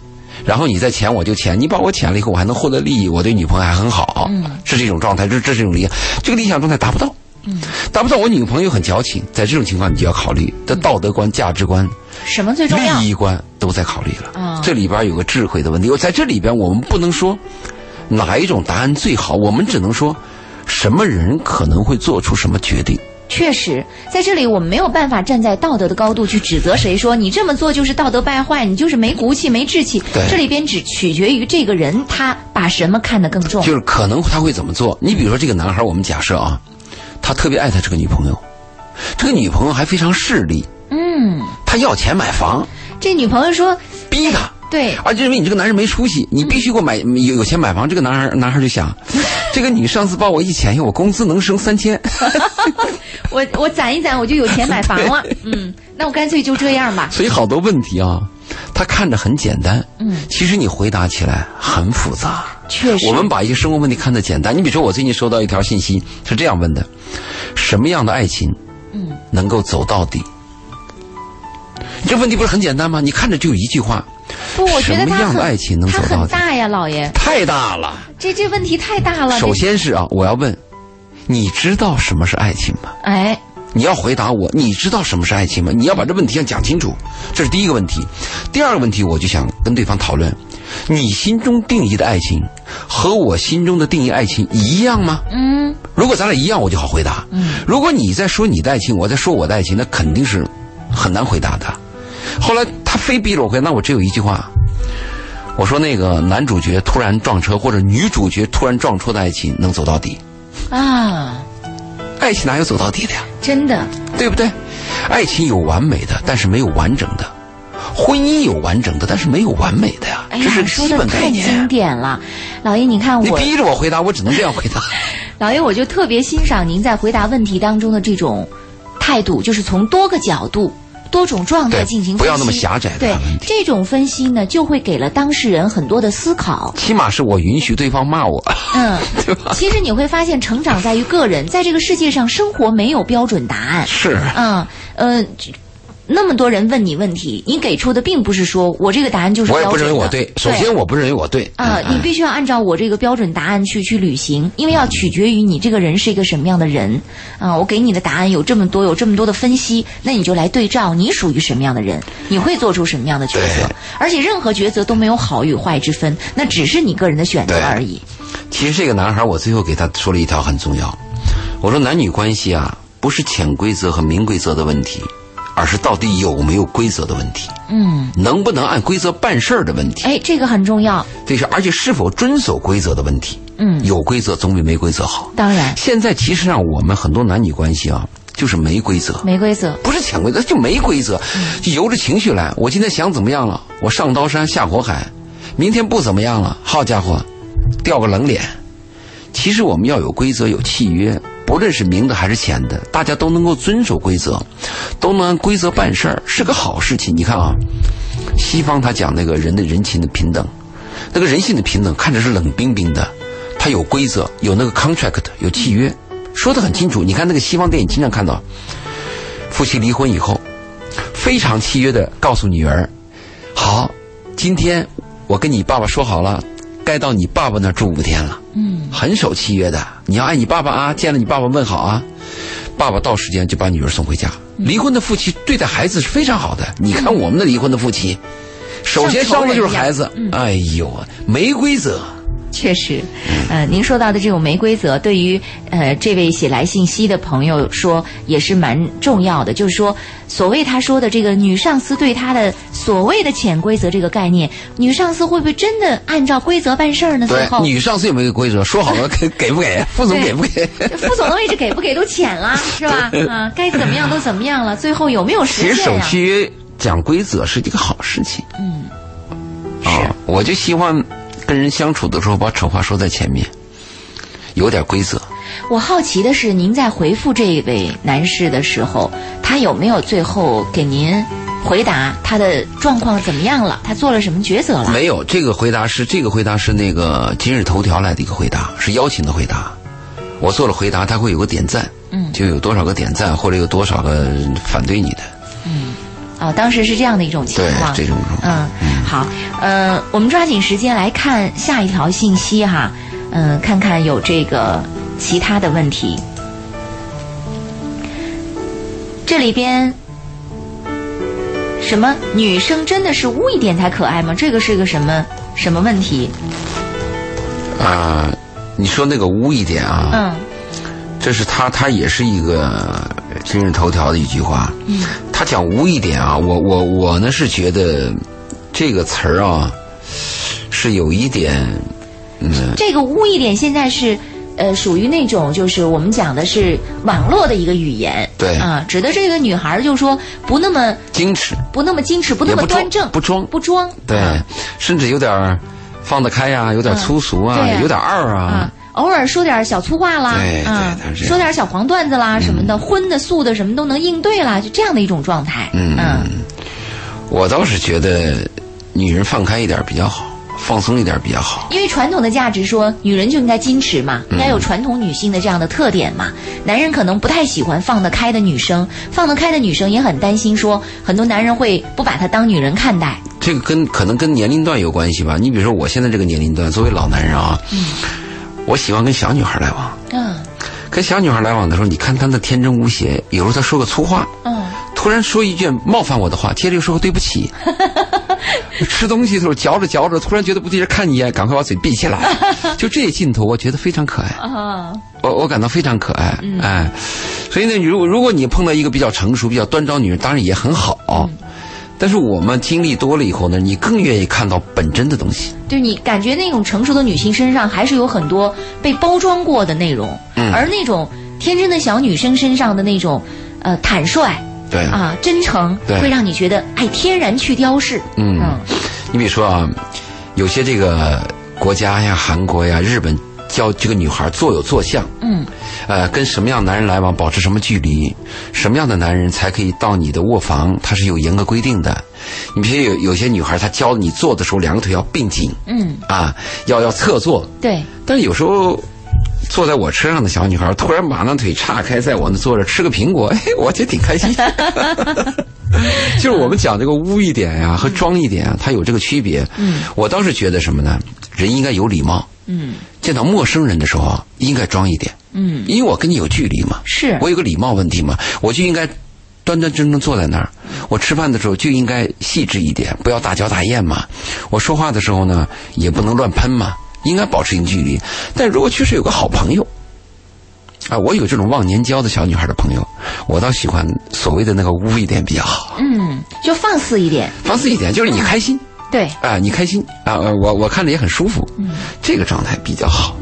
然后你再钱我就钱，你把我钱了以后，我还能获得利益，我对女朋友还很好，嗯是这种状态，这这是一种理想。这个理想状态达不到，嗯达不到。我女朋友很矫情，在这种情况你就要考虑这道德观、价值观、什么最重要利？益观都在考虑了。啊这里边有个智慧的问题，我在这里边我们不能说哪一种答案最好，我们只能说什么人可能会做出什么决定。确实，在这里我们没有办法站在道德的高度去指责谁说，你这么做就是道德败坏，你就是没骨气、没志气。对这里边只取决于这个人他把什么看得更重就。是可能他会怎么做？你比如说这个男孩，我们假设啊，他特别爱他这个女朋友，这个女朋友还非常势利，嗯，他要钱买房，这女朋友说，逼他。对，而且认为你这个男人没出嗯息，你必须给我买有有钱买房。这个男孩男孩就 想，这个女上司报我一千，我工资能升三千，我我攒一攒，我就有钱买房 了。嗯，那我干脆就这样吧。所以好多问题啊，他看着很简单，嗯，其实你回答起来很复杂。确实我，们把一些生活问题看得简单。你比如说，我最近收到一条信息是这样问的：什么样的爱情，嗯，能够走到底？这问题不是很简单吗？你看着就有一句话，不，我觉得什么他样很的爱情能他走到很底大呀，老爷，太大了。这这问题太大了。首这，先是啊，我要问，你知道什么是爱情吗？哎，你要回答我，你知道什么是爱情吗？你要把这问题要讲清楚，这是第一个问题。第二个问题，我就想跟对方讨论，你心中定义的爱情和我心中的定义爱情一样吗？嗯，如果咱俩一样，我就好回答。如果你在说你的爱情，我在说我的爱情，那肯定是很难回答的。后来他非逼着我回答，那我只有一句话，我说那个男主角突然撞车或者女主角突然撞车的爱情能走到底，啊，爱情哪有走到底的呀？真的，对不对？爱情有完美的，但是没有完整的；婚姻有完整的，但是没有完美的呀。哎这呀，是你说基的本概太经念。典了，老爷，你看你我，逼着我回答，我只能这样回 答。老爷，我就特别欣赏您在回答问题当中的这种态度，就是从多个角度、多种状态对进行不要分那么析狭窄地对看问题这种分析呢，就会给了当事人很多的思考。起码是我允许对方骂 我。 嗯，其实你会发现，成长在于个人，在这个世界上，生活没有标准答案。是。嗯，呃。那么多人问你问题，你给出的并不是说我这个答案就是我也标不准认为我的对，首先我不认为我对。啊、嗯你嗯必须要按照我这个标准答案去去履行，因为要取决于你这个人是一个什么样的人啊、我给你的答案有这么多，有这么多的分析，那你就来对照你属于什么样的人，你会做出什么样的抉择。而且任何抉择都没有好与坏之分，那只是你个人的选择对而已。其实这个男孩，我最后给他说了一条很重要，我说男女关系啊，不是潜规则和明规则的问题，而是到底有没有规则的问题，嗯，能不能按规则办事儿的问题。哎，这个很重要。这是而且是否遵守规则的问题。嗯有规则总比没规则好。当然，现在其实上我们很多男女关系啊，就是没规则，没规则。不是潜规则，就没规则，就由着情绪来。我今天想怎么样了，我上刀山下火海；明天不怎么样了，好家伙，掉个冷脸。其实我们要有规则，有契约，不论是明的还是浅的，大家都能够遵守规则，都能按规则办事儿，是个好事情。你看啊，西方他讲那个人的人情的平等，那个人性的平等看着是冷冰冰的，它有规则，有那个 contract，有契约，说得很清楚。你看那个西方电影经常看到，夫妻离婚以后，非常契约的告诉女儿：“好，今天我跟你爸爸说好了，该到你爸爸那儿住五天了。”嗯，很守契约的，你要爱你爸爸啊，见了你爸爸问好啊。爸爸到时间就把女儿送回家。离婚的夫妻对待孩子是非常好的，你看我们嗯的离婚的夫妻，首先伤的就是孩子，哎呦，没规则，确实，呃，您说到的这种没规则，对于呃这位写来信息的朋友说也是蛮重要的。就是说，所谓他说的这个女上司对他的所谓的潜规则这个概念，女上司会不会真的按照规则办事儿呢？最对，后，女上司有没有规则？说好了 给给不给？副总对给不给？副总的位置给不给都浅了，是 吧？啊，该怎么样都怎么样了，最后有没有其实实现守呀、契约讲规则是一个好事情。嗯，啊，我就希望跟人相处的时候把丑话说在前面，有点规则。我好奇的是，您在回复这位男士的时候，他有没有最后给您回答他的状况怎么样了？他做了什么抉择了？没有这个回答是这个回答是那个今日头条来的一个回答，是邀请的回答。我做了回答，他会有个点赞，嗯就有多少个点赞，或者有多少个反对你的，哦，当时是这样的一种情对况。这种种。嗯，好，呃，我们抓紧时间来看下一条信息哈，嗯、看看有这个其他的问题。这里边什么女生真的是污一点才可爱吗？这个是个什么什么问题？啊、你说那个污一点啊，嗯这是他，他也是一个呃今日头条的一句话。嗯，他讲污一点啊，我我我呢是觉得这个词儿啊是有一点，嗯，这个污一点现在是。呃，属于那种就是我们讲的是网络的一个语言，对啊、指的这个女孩儿就说不那么矜持，不那么矜持，不那也么不装端正，不装不装，对，啊甚至有点儿放得开呀、有点粗俗啊，嗯对呀有点二啊啊，，偶尔说点小粗话啦，对啊对他是这样嗯说点小黄段子啦什么的，荤的素的什么都能应对啦，就这样的一种状态。嗯嗯我倒是觉得女人放开一点比较好，放松一点比较好。因为传统的价值说，女人就应该矜持嘛，嗯应该有传统女性的这样的特点嘛。男人可能不太喜欢放得开的女生，放得开的女生也很担心说，很多男人会不把她当女人看待。这个跟可能跟年龄段有关系吧。你比如说我现在这个年龄段，作为老男人啊，我喜欢跟小女孩来往。嗯跟小女孩来往的时候，你看她的天真无邪，有时候她说个粗话，嗯，突然说一句冒犯我的话，接着又说个对不起。 吃东西的时候嚼着嚼着，突然觉得不对劲，看你一眼，赶快把嘴闭起来。就这些镜头，我觉得非常可爱，啊，我我感到非常可爱，哎。所以呢，如果如果你碰到一个比较成熟、比较端庄女人，当然也很好。但是我们经历多了以后呢，你更愿意看到本真的东西。就你感觉那种成熟的女性身上还是有很多被包装过的内容，嗯而那种天真的小女生身上的那种呃坦率对，啊、真诚，哎对会让你觉得哎天然去雕饰。嗯你比如说啊，有些这个国家呀、韩国呀、日本教这个女孩坐有坐相，嗯呃，跟什么样的男人来往，保持什么距离，什么样的男人才可以到你的卧房，它是有严格规定的。你比如有有些女孩，她教你坐的时候，两个腿要并紧嗯，啊，要要侧坐，对，但是有时候。坐在我车上的小女孩突然把那腿岔开，在我那坐着吃个苹果，哎， 我觉得挺开心。 就是我们讲这个污一点呀、和装一点啊，它有这个区别。嗯，我倒是觉得什么呢？人应该有礼貌。嗯见到陌生人的时候啊，应该装一点，嗯因为我跟你有距离嘛。是我有个礼貌问题嘛，我就应该端端正正坐在那儿。我吃饭的时候就应该细致一点，不要大嚼大咽嘛。我说话的时候呢，也不能乱喷嘛，应该保持一定距离。但如果确实有个好朋友，啊，我有这种忘年交的小女孩的朋友，我倒喜欢所谓的那个污一点比较好，嗯，就放肆一点，放肆一点，就是你开心对。啊，你开心啊，呃我我看着也很舒服，嗯这个状态比较好。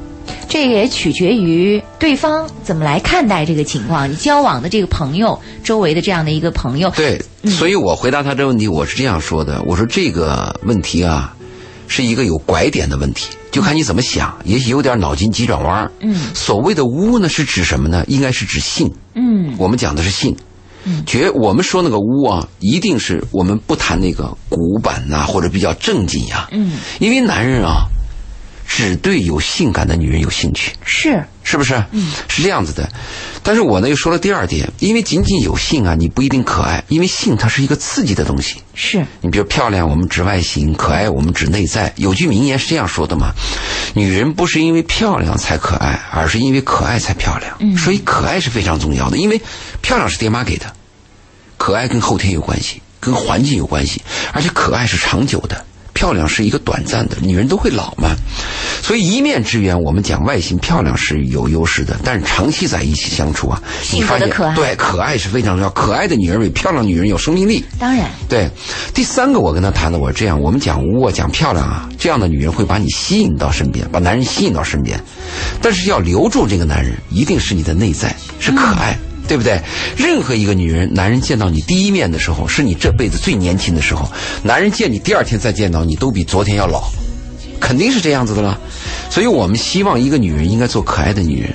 这个也取决于对方怎么来看待这个情况，你交往的这个朋友，周围的这样的一个朋友，对，所以我回答他这个问题，我是这样说的：我说这个问题啊，是一个有拐点的问题，就看你怎么想，也许有点脑筋急转弯儿。嗯所谓的污呢，是指什么呢？应该是指性。嗯我们讲的是性。绝我们说那个污啊，一定是我们不谈那个古板呐、或者比较正经呀、嗯，因为男人啊，只对有性感的女人有兴趣。是是不是？嗯，是这样子的。但是我呢又说了第二点，因为仅仅有性啊，你不一定可爱，因为性它是一个刺激的东西。是，你比如漂亮，我们指外形；可爱，我们指内在。有句名言是这样说的嘛：女人不是因为漂亮才可爱，而是因为可爱才漂亮。嗯，所以可爱是非常重要的，因为漂亮是爹妈给的，可爱跟后天有关系，跟环境有关系，而且可爱是长久的，漂亮是一个短暂的。女人都会老嘛，所以一面之缘，我们讲外形漂亮是有优势的，但是长期在一起相处啊，你性格发的现可爱对可爱是非常重要，可爱的女人比漂亮女人有生命力。当然，对，第三个我跟他谈的，我这样，我们讲污啊，讲漂亮啊，这样的女人会把你吸引到身边，把男人吸引到身边，但是要留住这个男人，一定是你的内在是可爱。对不对？任何一个女人，男人见到你第一面的时候，是你这辈子最年轻的时候；男人见你第二天再见到你，都比昨天要老，肯定是这样子的啦。所以我们希望一个女人应该做可爱的女人，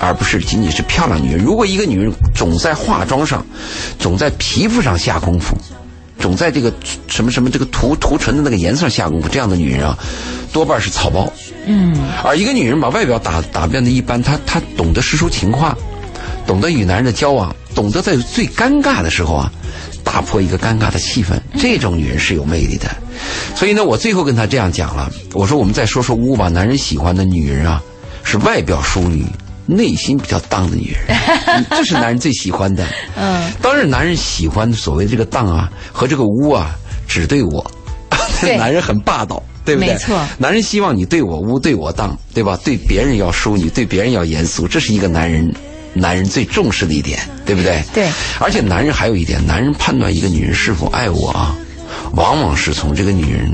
而不是仅仅是漂亮女人。如果一个女人总在化妆上，总在皮肤上下功夫，总在这个什么什么这个涂涂唇的那个颜色上下功夫，这样的女人啊，多半是草包。嗯，而一个女人把外表打打扮的一般，她她懂得识出情话，懂得与男人的交往，懂得在最尴尬的时候啊，打破一个尴尬的气氛，嗯这种女人是有魅力的。所以呢，我最后跟她这样讲了，我说我们再说说乌吧，男人喜欢的女人啊，是外表淑女。内心比较荡的女 人，这是男人最喜欢的。嗯，当然，男人喜欢所谓这个荡啊和这个污啊，只对我。对 男人很霸道，对不对？没错男人希望你对我污，对我当，对吧？对别人要淑女，对别人要严肃，这是一个男人男人最重视的一点，对不对？对。而且男人还有一点，男人判断一个女人是否爱我啊，往往是从这个女人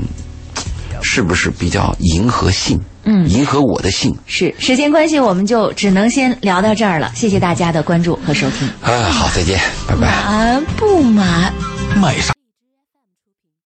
嘖是不是比较迎合性，嗯，迎合我的性。是时间关系，我们就只能先聊到这儿了。谢谢大家的关注和收听。啊，好，再见，拜拜。晚安，不麻卖上。